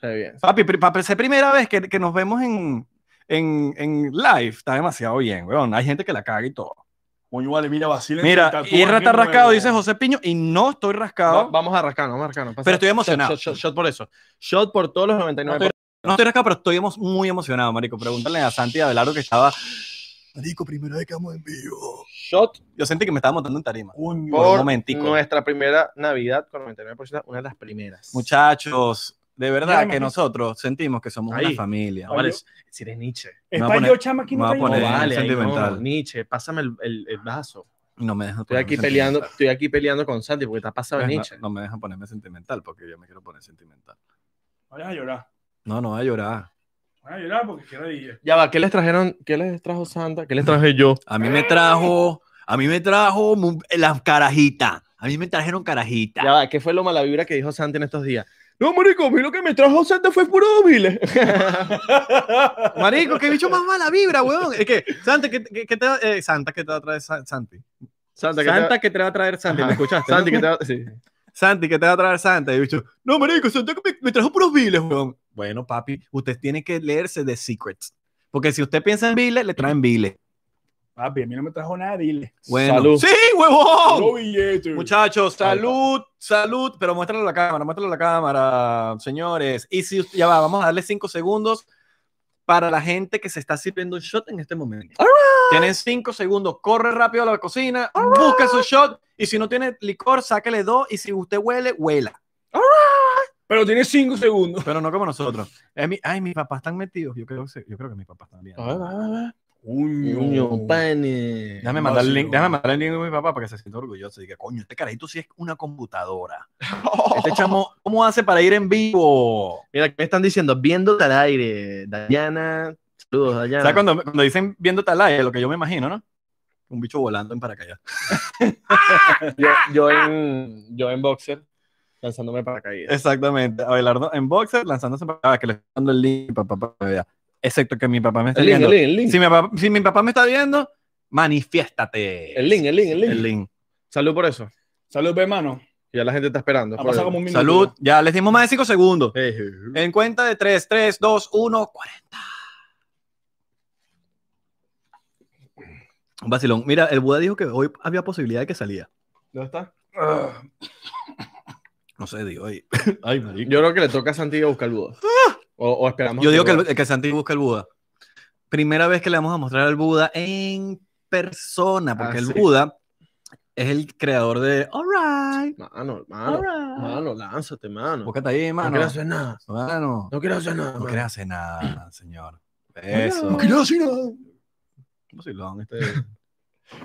Speaker 2: Se ve bien.
Speaker 1: Papi, pri- papi, es la primera vez que, que nos vemos en, en, en live. Está demasiado bien, weón. Hay gente que la caga y todo.
Speaker 3: Coño, vale, mira, vacila.
Speaker 1: Mira,
Speaker 3: Tatúa
Speaker 1: Irra
Speaker 3: aquí
Speaker 1: está
Speaker 3: nuevo.
Speaker 1: rascado, dice José Piño, y no estoy
Speaker 2: Va-
Speaker 1: rascado.
Speaker 2: vamos a rascarnos, vamos a rascarnos. Pasa-
Speaker 1: Pero estoy
Speaker 2: shot,
Speaker 1: emocionado.
Speaker 2: Shot, shot, shot por eso. Shot por todos los
Speaker 1: No
Speaker 2: 99.
Speaker 1: estoy, no estoy rascado, pero estoy emo- muy emocionado, marico. Pregúntale a Santi y a Abelardo que estaba... Marico, primera vez que vamos en vivo.
Speaker 2: Shot
Speaker 1: Yo sentí que me estaba montando en tarima.
Speaker 3: Coño.
Speaker 1: Por un
Speaker 2: por
Speaker 1: momentico.
Speaker 2: nuestra primera Navidad con 99%, una de las primeras.
Speaker 1: Muchachos, de verdad
Speaker 3: Mira,
Speaker 1: que
Speaker 3: mamá.
Speaker 1: nosotros sentimos que somos
Speaker 2: Ahí.
Speaker 1: una familia.
Speaker 2: No vale, si eres Nietzsche.
Speaker 3: Es
Speaker 1: me voy a
Speaker 3: pa'
Speaker 1: poner-
Speaker 3: yo, chama, aquí
Speaker 1: me voy a
Speaker 3: no
Speaker 2: No
Speaker 1: poner-
Speaker 3: traigo nada.
Speaker 2: vale, ahí no,
Speaker 1: sentimental.
Speaker 2: Nietzsche, pásame el, el- el vaso.
Speaker 1: No me dejan
Speaker 2: Estoy aquí peleando, estoy aquí peleando con Santi porque te ha pasado
Speaker 1: Pues no-
Speaker 2: Nietzsche.
Speaker 1: No, me dejan ponerme sentimental porque yo me quiero poner sentimental.
Speaker 3: Vayas a llorar.
Speaker 1: No, no voy a llorar.
Speaker 3: Vayas a llorar porque quiero ir.
Speaker 2: Ya va, ¿qué les trajeron? ¿Qué les trajo Santa? ¿Qué les traje yo?
Speaker 1: A mí me trajo, a mí me trajo mu- las carajitas. A mí me trajeron carajitas.
Speaker 2: Ya va, ¿qué fue lo mala vibra que dijo Santi en estos días? No, marico, a mí lo que me trajo Santa fue puro miles.
Speaker 1: Marico, qué bicho más mala vibra, weón. Es que, Santa, ¿qué, qué- qué te va, eh, Santa, ¿qué te va a traer Sa- Santi?
Speaker 2: Santa, ¿qué
Speaker 1: Santa, ¿qué te va a traer Santi?
Speaker 2: Ajá.
Speaker 1: ¿Me escuchaste?
Speaker 2: Santi,
Speaker 1: no?
Speaker 2: ¿qué te sí.
Speaker 1: Santi, ¿qué te va a traer Santa? Y el bicho, no, marico, Santa que me, me trajo puros viles, weón. Bueno, papi, usted tiene que leerse de Secrets. Porque si usted piensa en viles, le traen viles.
Speaker 3: Papi, a mí no me trajo nada, dile.
Speaker 1: Bueno.
Speaker 2: Salud.
Speaker 1: ¡Sí, huevón!
Speaker 3: Puro billete.
Speaker 1: Muchachos,
Speaker 2: Mm. Ahí
Speaker 1: salud, salud, pero muéstralo a la cámara, muéstralo a la cámara, señores. Y si ya va, vamos a darle cinco segundos para la gente que se está sirviendo un shot en este momento. Tienen cinco segundos, corre rápido a la cocina, busca su shot y si no tiene licor, sáquele dos y si usted huele, huela.
Speaker 3: Pero tiene cinco segundos.
Speaker 1: Pero no como nosotros. Es mi- ay, mis papás están metidos. Yo creo, que sí, yo creo que mis papás están bien.
Speaker 2: A ver, a ver, a ver.
Speaker 3: Coño.
Speaker 2: Coño, pane.
Speaker 1: Déjame mandar el link,
Speaker 3: vacilón.
Speaker 1: déjame mandar el link a mi papá para que se sienta orgulloso y diga, coño, este carajito sí es una [LAUGHS] computadora. Este chamo, ¿cómo hace para ir en vivo?
Speaker 2: Mira, ¿qué me están diciendo? Viéndote al aire, Dayana. Saludos, Dayana.
Speaker 1: O sea, cuando, cuando dicen viéndote al aire, lo que yo me imagino, ¿no? Un bicho volando en paracaídas.
Speaker 2: yo, yo en, yo en boxer, lanzándome para caídas.
Speaker 1: Exactamente. Abelardo en boxer lanzándose para acá, que le estoy dando el link para papá. excepto que mi papá me está
Speaker 2: El link,
Speaker 1: viendo.
Speaker 2: el link, el link.
Speaker 1: Si, mi papá, si mi papá me está viendo, manifiéstate.
Speaker 2: El link, el link, el link.
Speaker 1: El link.
Speaker 2: Salud por eso.
Speaker 3: Salud, pe, hermano.
Speaker 2: Ya la gente está esperando.
Speaker 3: Ha
Speaker 2: por
Speaker 3: pasado
Speaker 2: eso.
Speaker 3: como un minuto.
Speaker 1: Salud. Ya les dimos más de 5 segundos.
Speaker 2: Eh, eh,
Speaker 1: En cuenta de 3, 3, 2, 1, 40. Un vacilón. Mira, el Buda dijo que hoy había posibilidad de que salía.
Speaker 2: ¿Dónde está?
Speaker 3: Ah,
Speaker 1: No sé, digo. Ay, ay marico.
Speaker 2: Yo creo que le toca a Santi buscar el Buda. O, o esperamos.
Speaker 1: Yo
Speaker 2: ¡Ah! que
Speaker 1: digo que,
Speaker 2: vuelva.
Speaker 1: el- que Santi busca el Buda. Primera vez que le vamos a mostrar al Buda en persona, porque
Speaker 2: Ah,
Speaker 1: el
Speaker 2: sí.
Speaker 1: Buda es el creador de Alright,
Speaker 2: Mano, mano,
Speaker 1: Alright.
Speaker 2: mano, lánzate, mano.
Speaker 1: Búscate ahí,
Speaker 2: No
Speaker 1: mano.
Speaker 2: quiero hacer nada.
Speaker 1: Mano,
Speaker 2: No quiero hacer nada.
Speaker 1: no
Speaker 2: mano.
Speaker 1: quieras hacer nada, señor. Eso.
Speaker 3: No quiero decir nada.
Speaker 1: Vacilón, este.
Speaker 2: Este,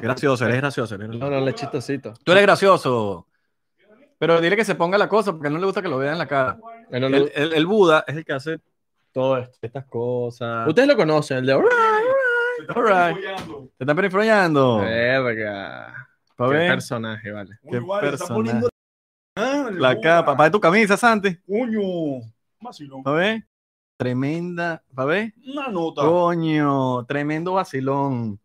Speaker 1: Gracioso, eres gracioso. Eres gracioso.
Speaker 2: No, no, le chistosito.
Speaker 1: Tú eres gracioso. Pero dile que se ponga la cosa, porque a él no le gusta que lo vean en la cara.
Speaker 2: Él no le
Speaker 1: El,
Speaker 2: gusta
Speaker 1: el- el Buda es el que hace
Speaker 2: todo esto, estas cosas. Ustedes lo conocen, el de.
Speaker 3: Se está
Speaker 1: Alright.
Speaker 3: follando.
Speaker 1: Te están perifroñando.
Speaker 2: Verga.
Speaker 1: Pa'
Speaker 2: Eh, Qué
Speaker 1: ver
Speaker 2: personaje, vale.
Speaker 1: Qué
Speaker 3: Uy, vale, está
Speaker 1: personaje.
Speaker 3: poniendo- Ah, el
Speaker 1: la
Speaker 3: Buda.
Speaker 1: capa. Pa' ver tu camisa, Santi.
Speaker 3: Coño. Vacilón.
Speaker 1: Pa' ver. Tremenda. Pa' ver.
Speaker 3: Una nota.
Speaker 1: Oh. Coño. Tremendo vacilón.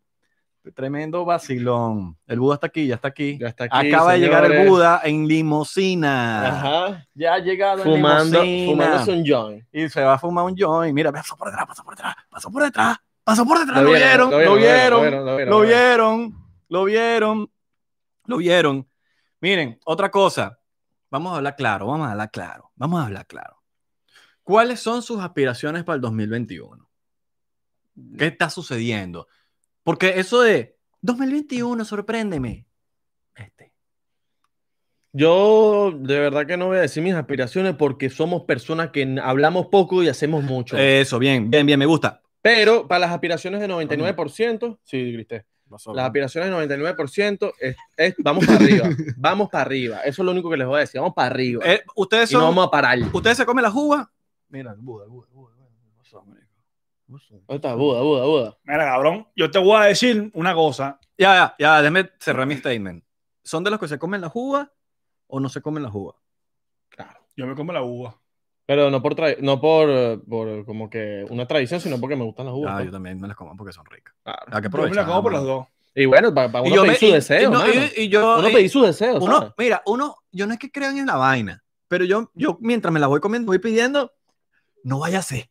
Speaker 1: Tremendo vacilón. El Buda está aquí, ya está aquí.
Speaker 2: Ya está aquí,
Speaker 1: Acaba de llegar el
Speaker 2: señores.
Speaker 1: Buda en limosina.
Speaker 2: Ajá.
Speaker 1: Ya ha llegado
Speaker 2: Fumando,
Speaker 1: en limosina.
Speaker 2: fumando un joint.
Speaker 1: y se va a fumar un joint. Mira, pasó por detrás, pasó por detrás, pasó por detrás, pasó por detrás. Lo vieron, lo vieron, lo vieron, lo vieron, lo vieron. Miren, otra cosa. Vamos a hablar claro, vamos a hablar claro, vamos a hablar claro. ¿Cuáles son sus aspiraciones para el 2021? ¿Qué está sucediendo? Porque eso de 2021, sorpréndeme. Este.
Speaker 2: Yo de verdad que no voy a decir mis aspiraciones porque somos personas que n- hablamos poco y hacemos mucho.
Speaker 1: Eso, bien, bien, bien, me gusta.
Speaker 2: Pero para las aspiraciones del 99%, sí, grité. Las aspiraciones del 99% es, es- vamos para arriba. Vamos para arriba. Eso es lo único que les voy a decir. Vamos para arriba.
Speaker 1: Eh, ustedes
Speaker 2: y no
Speaker 1: son
Speaker 2: vamos a parar.
Speaker 1: ¿Ustedes se comen la uva? Mira, el Buda, el Buda, el Buda.
Speaker 2: ¿Dónde está? Buda, Buda, Buda.
Speaker 3: Mira, cabrón, yo te voy a decir una cosa.
Speaker 1: Ya, ya, ya, déjame cerrar mi statement. ¿Son de los que se comen la uva o no se comen la uva?
Speaker 3: Yo me como la uva.
Speaker 2: Pero no por, tra- no por, eh, por como que una tradición, sino porque me gustan las uvas.
Speaker 1: Ah,
Speaker 2: pues.
Speaker 1: yo también me las como porque son ricas.
Speaker 2: Claro.
Speaker 1: Hay que
Speaker 3: Yo me la
Speaker 1: aprovechar,
Speaker 3: como por
Speaker 1: mano.
Speaker 3: las dos.
Speaker 2: Y bueno, para
Speaker 1: Y
Speaker 2: uno
Speaker 1: yo
Speaker 2: pedir
Speaker 1: me-
Speaker 2: su
Speaker 1: y-
Speaker 2: deseo,
Speaker 1: y no- y-
Speaker 2: mano.
Speaker 1: y yo-
Speaker 2: Uno
Speaker 1: y-
Speaker 2: pedir su deseo,
Speaker 1: uno-
Speaker 2: ¿sabes?
Speaker 1: mira, uno, yo no es que crean en la vaina, pero yo, yo mientras me la voy comiendo, voy pidiendo, no vaya a ser.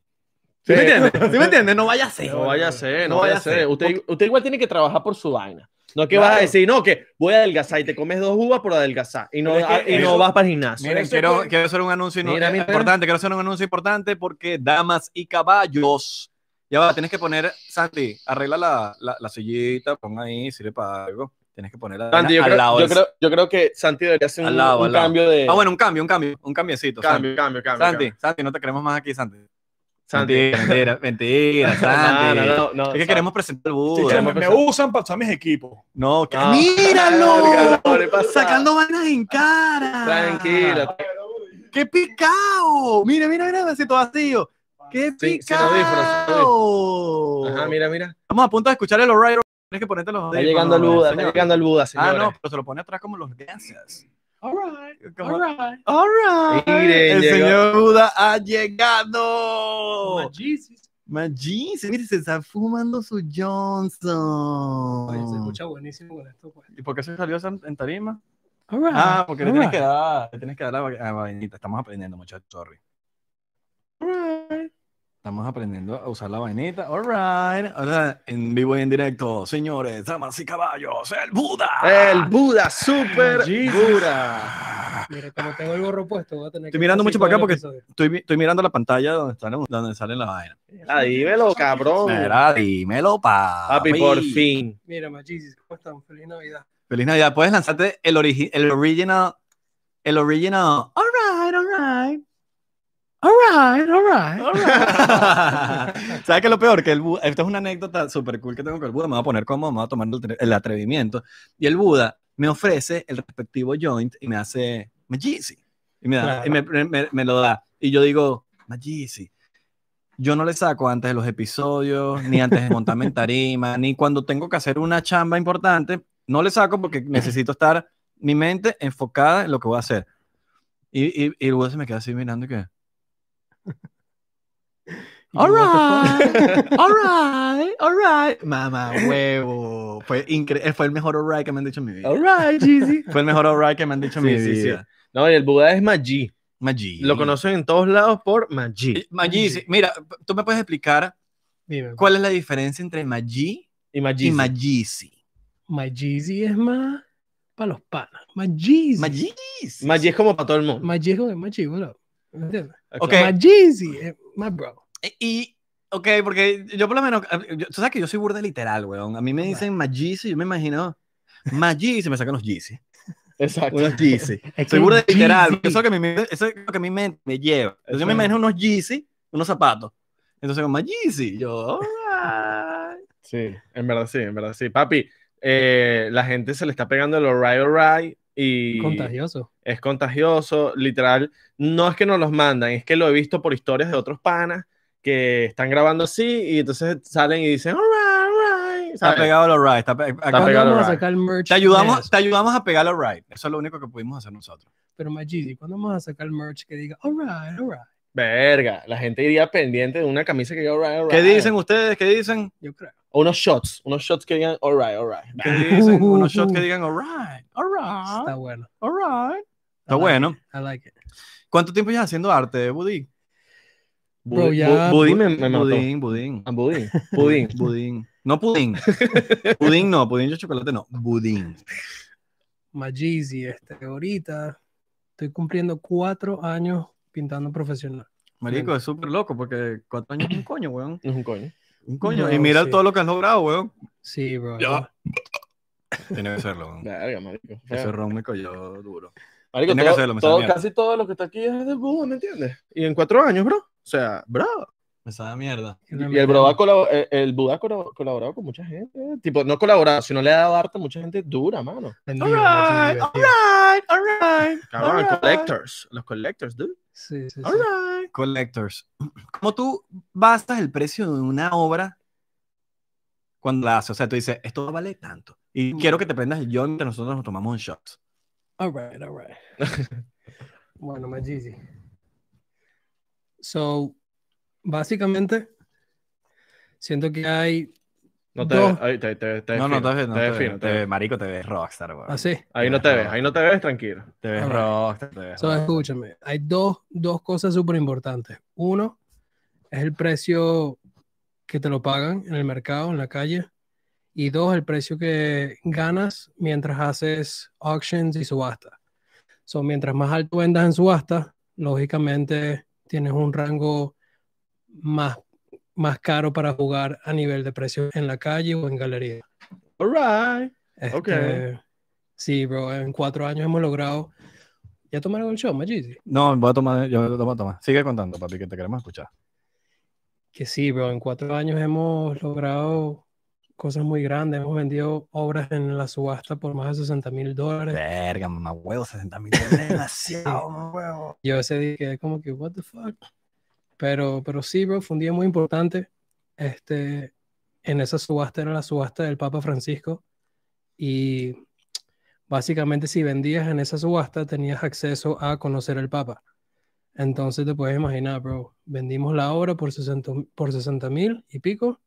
Speaker 1: ¿Sí, me
Speaker 2: Sí.
Speaker 1: entiendes? ¿Sí me entiendes? No vaya a ser.
Speaker 2: No vaya a ser,
Speaker 1: No
Speaker 2: no,
Speaker 1: vaya
Speaker 2: vaya,
Speaker 1: a
Speaker 2: a ser.
Speaker 1: ser.
Speaker 2: Usted, usted igual tiene que trabajar por su vaina. No es que
Speaker 3: Claro.
Speaker 2: vas a decir, no, que voy a adelgazar y te comes dos uvas por adelgazar y no,
Speaker 3: Pero es que
Speaker 2: y
Speaker 3: eso-
Speaker 2: no vas para el gimnasio.
Speaker 1: Miren,
Speaker 3: Eso
Speaker 1: quiero,
Speaker 3: fue-
Speaker 1: quiero hacer un anuncio no-
Speaker 2: Mira, mira.
Speaker 1: importante, quiero hacer un anuncio importante porque damas y caballos. Ya va, tienes que poner, Santi, arregla la, la, la sillita, pon ahí, sirve para algo. Tienes que ponerla
Speaker 2: Santi, yo,
Speaker 1: al
Speaker 2: creo,
Speaker 1: lado.
Speaker 2: yo
Speaker 1: del-
Speaker 2: creo- yo creo que Santi debería hacer un,
Speaker 1: Al lado,
Speaker 2: un
Speaker 1: al lado.
Speaker 2: cambio de.
Speaker 1: Ah, bueno, un cambio, un cambio, un cambiecito.
Speaker 2: cambio, cambio, cambio.
Speaker 1: Santi, Santi,
Speaker 2: cambio.
Speaker 1: Santi, no te queremos más aquí, Santi.
Speaker 2: Santi.
Speaker 1: Mentira, mentira, mentira,
Speaker 2: [LAUGHS] No,
Speaker 1: Santi.
Speaker 2: no, no, no,
Speaker 1: es que
Speaker 2: Santi.
Speaker 1: queremos presentar el
Speaker 3: Sí,
Speaker 1: Buda.
Speaker 3: chamo,
Speaker 2: queremos
Speaker 3: me
Speaker 2: empezar.
Speaker 3: usan para usar mis equipos.
Speaker 1: No, que-
Speaker 2: No. [LAUGHS]
Speaker 1: ¡Míralo!
Speaker 2: No le pasa.
Speaker 1: Sacando vainas en cara.
Speaker 2: Tranquilo.
Speaker 1: Ah. ¡Qué picao! Mira, mira, mira, vasito vacío. ¡Qué
Speaker 2: Sí, sin
Speaker 1: picao!
Speaker 2: audífonos, sin Ajá, mira, mira.
Speaker 1: Estamos a punto de escuchar el O'Reilly. Tienes que ponerte los
Speaker 2: Está
Speaker 1: audífonos.
Speaker 2: llegando el Buda, está
Speaker 1: señor.
Speaker 2: llegando el Buda,
Speaker 1: Ah,
Speaker 2: señores.
Speaker 1: no, pero se lo pone atrás como los dancers. Alright, alright,
Speaker 2: Miren,
Speaker 1: El
Speaker 2: llegó.
Speaker 1: señor Buda ha
Speaker 3: Oh.
Speaker 1: llegado. Magis, mire, se está fumando su Johnson.
Speaker 5: buenísimo con esto. Pues.
Speaker 1: ¿Y por qué se salió esa- en tarima? Ah, porque le tienes que dar, le tienes que dar la va- la vainita. Estamos aprendiendo, muchachos, sorry. Estamos aprendiendo a usar la vainita. All right. Ahora, en vivo y en directo, señores, damas y caballos, el Buda.
Speaker 2: El Buda, super Buda.
Speaker 5: Mira, como tengo el gorro puesto, voy a tener
Speaker 1: Estoy mirando
Speaker 5: estar
Speaker 1: mucho para
Speaker 5: así todo
Speaker 1: acá
Speaker 5: el episodio.
Speaker 1: Estoy, vi- estoy mirando la pantalla donde sale, donde sale la vaina.
Speaker 2: Ah, dímelo, cabrón.
Speaker 1: Mira, dímelo, papi.
Speaker 2: Oh. Papi, por fin.
Speaker 5: Mira, Magis, ¿cómo están? Feliz Navidad.
Speaker 1: Feliz Navidad. Puedes lanzarte el, origi- el original. El original. All right, all right. All right, all right. ¿Sabes qué es lo peor? Que el Buda, esta es una anécdota súper cool que tengo con el Buda. Me voy a poner como, me voy a tomar el tre- el atrevimiento. Y el Buda me ofrece el respectivo joint y me hace Majisi. Y, me, da- y me, me- me lo da. Y yo digo, Majisi. Yo no le saco antes de los episodios, ni antes de montarme en tarima, ni cuando tengo que hacer una chamba importante, no le saco porque necesito estar mi mente enfocada en lo que voy a hacer. Y, y, y el Buda se me queda así mirando y que. Alright, [LAUGHS] alright, alright. Mamá, huevo. Fue, incre- eh, fue el mejor alright que me han dicho en mi [LAUGHS] vida.
Speaker 2: Alright, Jeezy.
Speaker 1: Fue el mejor alright que me han dicho en
Speaker 2: Sí,
Speaker 1: mi
Speaker 2: sí, sí.
Speaker 1: vida.
Speaker 2: No, y el Buda es Maggi.
Speaker 1: Maggi.
Speaker 2: Lo conocen en todos lados por Maggi.
Speaker 1: Maggi, sí. mira, tú me puedes explicar
Speaker 5: Dime.
Speaker 1: cuál es la diferencia entre Maggi
Speaker 2: Y
Speaker 1: y
Speaker 2: Maggi.
Speaker 1: Magisi.
Speaker 5: My Jeezy es más para los panas. My Jeezy. My
Speaker 1: Maggi.
Speaker 2: Maggi es como para todo el mundo.
Speaker 5: Jeezy es como el más chico, bro. ¿Me entiendes?
Speaker 1: Ok.
Speaker 5: My Jeezy es más bro.
Speaker 1: Eh, Y, ok, porque yo por lo menos, yo- tú sabes que yo soy burda literal, weón. A mí me dicen Magisi, yo me imagino Maggi, se me sacan los Yeezy.
Speaker 2: Exacto.
Speaker 1: Unos Yeezy.
Speaker 5: Es
Speaker 1: Soy burda
Speaker 5: que
Speaker 1: literal.
Speaker 5: Jeezy-
Speaker 1: porque Eso, que mi, mente- eso es lo que mi mente me lleva. Entonces yo me
Speaker 2: Exacto.
Speaker 1: imagino unos Yeezy, unos zapatos. Entonces con Maggi, yo, alright.
Speaker 2: Sí, en verdad sí, en verdad sí. Papi, eh, la gente se le está pegando el alright, alright y
Speaker 5: Contagioso.
Speaker 2: es contagioso, literal. No es que nos los mandan, es que lo he visto por historias de otros panas que están grabando así y entonces salen y dicen alright, alright.
Speaker 1: Está
Speaker 2: ¿sabes?
Speaker 1: pegado al alright. Está, pe- acá-
Speaker 5: ¿Cuándo
Speaker 2: pegado
Speaker 5: vamos
Speaker 2: al
Speaker 5: a sacar el merch?
Speaker 1: te,
Speaker 5: de
Speaker 1: ayudamos,
Speaker 5: eso?
Speaker 1: te ayudamos a pegar al alright. Eso es lo único que pudimos hacer nosotros.
Speaker 5: Pero My Jeezy, ¿cuándo vamos a sacar el merch que diga, alright, alright?
Speaker 2: Verga, la gente iría pendiente de una camisa que diga alright, alright.
Speaker 1: ¿Qué dicen ustedes? ¿Qué dicen?
Speaker 5: Yo creo.
Speaker 2: O unos shots, unos shots que digan alright, alright.
Speaker 1: ¿Qué dicen? Unos shots que digan, alright,
Speaker 5: Está
Speaker 1: alright,
Speaker 5: bueno.
Speaker 1: alright.
Speaker 5: I
Speaker 1: Está
Speaker 5: like
Speaker 1: bueno.
Speaker 5: it, I like it.
Speaker 1: ¿Cuánto tiempo llevas haciendo arte, Budín?
Speaker 2: Budi-
Speaker 5: Bro, ya-
Speaker 2: Bu- Budín me, me mató.
Speaker 1: Budín, budín.
Speaker 2: Ah, Budín,
Speaker 1: [LAUGHS]
Speaker 2: Budín.
Speaker 1: Budín. No pudín. pudín no, pudín de chocolate no. Budín.
Speaker 5: My Jeezy, este, ahorita estoy cumpliendo cuatro años pintando profesional.
Speaker 1: Marico, es súper loco porque cuatro años es un coño, weón.
Speaker 2: No es un coño.
Speaker 1: [CLEARS THROAT] Un coño.
Speaker 5: No,
Speaker 1: y mira
Speaker 5: sí.
Speaker 1: todo lo que has logrado, weón.
Speaker 5: Sí, bro.
Speaker 1: Ya. Tiene que serlo, weón.
Speaker 2: Verga, marico.
Speaker 1: [LAUGHS] Ese ron me cayó duro.
Speaker 2: Marico,
Speaker 1: Tenía que
Speaker 2: todo-
Speaker 1: hacerlo, me
Speaker 2: todo-
Speaker 1: sale mierda.
Speaker 2: casi todo lo que está aquí es de Buda, ¿me entiendes? Y en cuatro años, bro. O sea, bro.
Speaker 1: Me sabe a mierda.
Speaker 2: Y el, bro ha colabo- el, el Buda ha colabo- colaborado con mucha gente. Tipo, no colaborado, sino le ha dado arte a mucha gente dura, mano.
Speaker 5: Bendigo, my
Speaker 1: Alright,
Speaker 5: Jeezy, bendigo.
Speaker 1: alright, alright.
Speaker 2: Cabrón,
Speaker 1: alright.
Speaker 2: collectors. Los collectors, dude.
Speaker 5: Sí, sí, sí.
Speaker 1: Alright. Collectors. [CLEARS THROAT] ¿Cómo tú bastas el precio de una obra cuando la haces? O sea, tú dices, esto vale tanto. Y quiero que te prendas el yo mientras nosotros nos tomamos un shot.
Speaker 5: All right, all right. bueno, más Jeezy. So, básicamente, siento que hay
Speaker 2: No te
Speaker 5: Dos.
Speaker 2: ves. Ahí te, te- te ves
Speaker 1: No, no,
Speaker 2: fino,
Speaker 1: te ves, no,
Speaker 2: te ves
Speaker 1: te ves,
Speaker 2: fino,
Speaker 1: te Ah,
Speaker 2: te
Speaker 1: ves-
Speaker 2: ves.
Speaker 1: Marico, te ves rockstar, weón.
Speaker 5: así.
Speaker 2: Ahí no te ves, ahí no te ves, tranquilo.
Speaker 1: Te ves
Speaker 5: Alright.
Speaker 1: rockstar, te ves
Speaker 5: So,
Speaker 1: rockstar.
Speaker 5: escúchame, hay dos, dos cosas súper importantes. Uno es el precio que te lo pagan en el mercado, en la calle. Y dos, el precio que ganas mientras haces auctions y subastas. So, mientras más alto vendas en subasta, lógicamente tienes un rango más, más caro para jugar a nivel de precio en la calle o en galería.
Speaker 2: Alright. Ok.
Speaker 5: Este, Sí, bro, en cuatro años hemos logrado. Ya tomaron el show, Majid.
Speaker 6: No, voy a tomar, yo voy a tomar. Sigue contando, papi, que te queremos escuchar.
Speaker 5: Que sí, bro, en cuatro años hemos logrado cosas muy grandes. Hemos vendido obras en la subasta por más de 60 mil dólares.
Speaker 6: Verga, mamá huevo, 60 mil dólares. demasiado, mamá huevo.
Speaker 5: Yo ese día quedé como que, what the fuck. Pero, pero sí, bro, fue un día muy importante. Este, en esa subasta era la subasta del Papa Francisco. Y básicamente, si vendías en esa subasta, tenías acceso a conocer al Papa. Entonces te puedes imaginar, bro. Vendimos la obra por 60 por 60 mil y pico,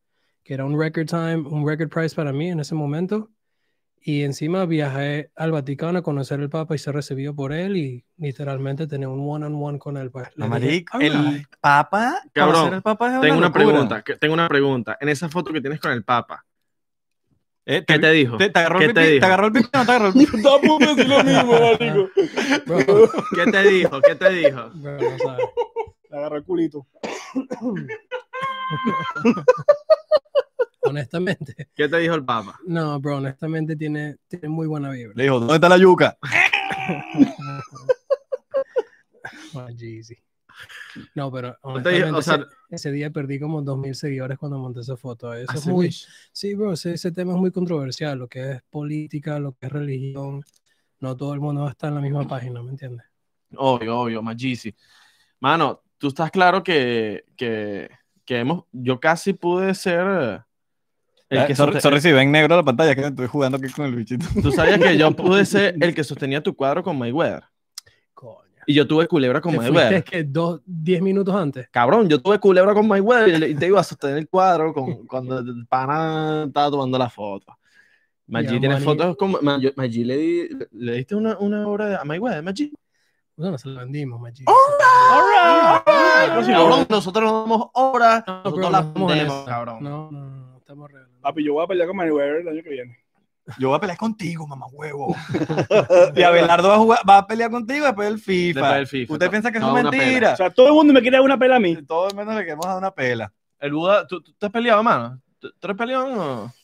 Speaker 5: que era un record time, un record price para mí en ese momento. Y encima viajé al Vaticano a conocer al Papa y ser recibido por él y literalmente tener un one-on-one con él. Pues, Le
Speaker 1: No,
Speaker 5: dije,
Speaker 1: marico,
Speaker 5: "All right".
Speaker 1: el papa,
Speaker 2: Cabrón,
Speaker 1: conocer al papa es
Speaker 2: Tengo una
Speaker 1: locura.
Speaker 2: pregunta, que- tengo una pregunta. En esa foto que tienes con el Papa,
Speaker 1: Eh,
Speaker 2: ¿qué te dijo?
Speaker 1: te, te agarró
Speaker 2: ¿Qué
Speaker 1: el
Speaker 2: te
Speaker 1: pipí, te,
Speaker 2: dijo?
Speaker 1: agarró el pipí, no te agarró el pipí.
Speaker 2: Está a punto de decir lo mismo, marico.
Speaker 5: Bro,
Speaker 2: ¿Qué te dijo? ¿Qué te dijo?
Speaker 5: bro, no sabes.
Speaker 3: Le agarró el culito.
Speaker 5: Honestamente.
Speaker 2: ¿Qué te dijo el Papa?
Speaker 5: No, bro, honestamente tiene, tiene muy buena vibra. [LAUGHS]
Speaker 6: Le dijo, ¿dónde está la yuca?
Speaker 5: Oh, Jeezy. No, pero
Speaker 2: te dije,
Speaker 5: honestamente,
Speaker 2: o sea- ¿Ah,
Speaker 5: ese, ese día perdí como 2.000 seguidores cuando monté esa foto. Eso es
Speaker 2: Hace
Speaker 5: muy,
Speaker 2: mucho.
Speaker 5: sí, bro, ese, ese tema es muy controversial, lo que es política, lo que es religión. No todo el mundo va a estar en la misma página, ¿me entiendes?
Speaker 2: Obvio, obvio, más Jeezy. Mano, tú estás claro que, que, que hemos, yo casi pude ser eh,
Speaker 5: Ah,
Speaker 2: el que
Speaker 6: Sorry,
Speaker 2: soste-
Speaker 6: sorry si ven negro la pantalla, que estoy jugando aquí con el bichito.
Speaker 5: [LAUGHS]
Speaker 2: Tú sabías que yo pude ser el que sostenía tu cuadro con Mayweather.
Speaker 5: Coño.
Speaker 2: Y yo tuve culebra con
Speaker 5: Te
Speaker 2: Mayweather.
Speaker 5: fuiste, que dos, diez minutos antes.
Speaker 2: Cabrón, yo tuve culebra con Mayweather y le- y te iba a sostener el cuadro con, cuando el pana estaba tomando la foto. Maggi
Speaker 5: Ya,
Speaker 2: tiene
Speaker 5: Manny.
Speaker 2: fotos con... Ma- yo- Maggi le, di- le diste una, una obra de- a Mayweather, Maggi.
Speaker 5: Bueno, se lo vendimos, Maggi.
Speaker 2: ¡Oh! All right, all
Speaker 3: No,
Speaker 2: right.
Speaker 3: sí,
Speaker 2: Cabrón, nosotros no damos obras,
Speaker 5: No,
Speaker 2: nosotros
Speaker 5: bro,
Speaker 2: las
Speaker 5: no estamos en
Speaker 2: vendemos,
Speaker 5: esa.
Speaker 2: cabrón.
Speaker 5: No, no, no, no, estamos regalando.
Speaker 3: Papi, yo voy a pelear con Mayweather el año que viene.
Speaker 7: Yo voy a pelear contigo, mamá huevo. y Abelardo va a, jugar- va a pelear contigo después del FIFA.
Speaker 2: Después del FIFA,
Speaker 7: Usted
Speaker 2: no-
Speaker 7: piensa que es
Speaker 2: no,
Speaker 7: una
Speaker 2: una pela.
Speaker 7: mentira.
Speaker 3: O sea, todo el mundo me quiere dar una pela a mí.
Speaker 7: Todo el menos le queremos dar una pela.
Speaker 2: El Buda, ¿tú, tú te has peleado, mano? ¿Tú, tú eres peleón o...?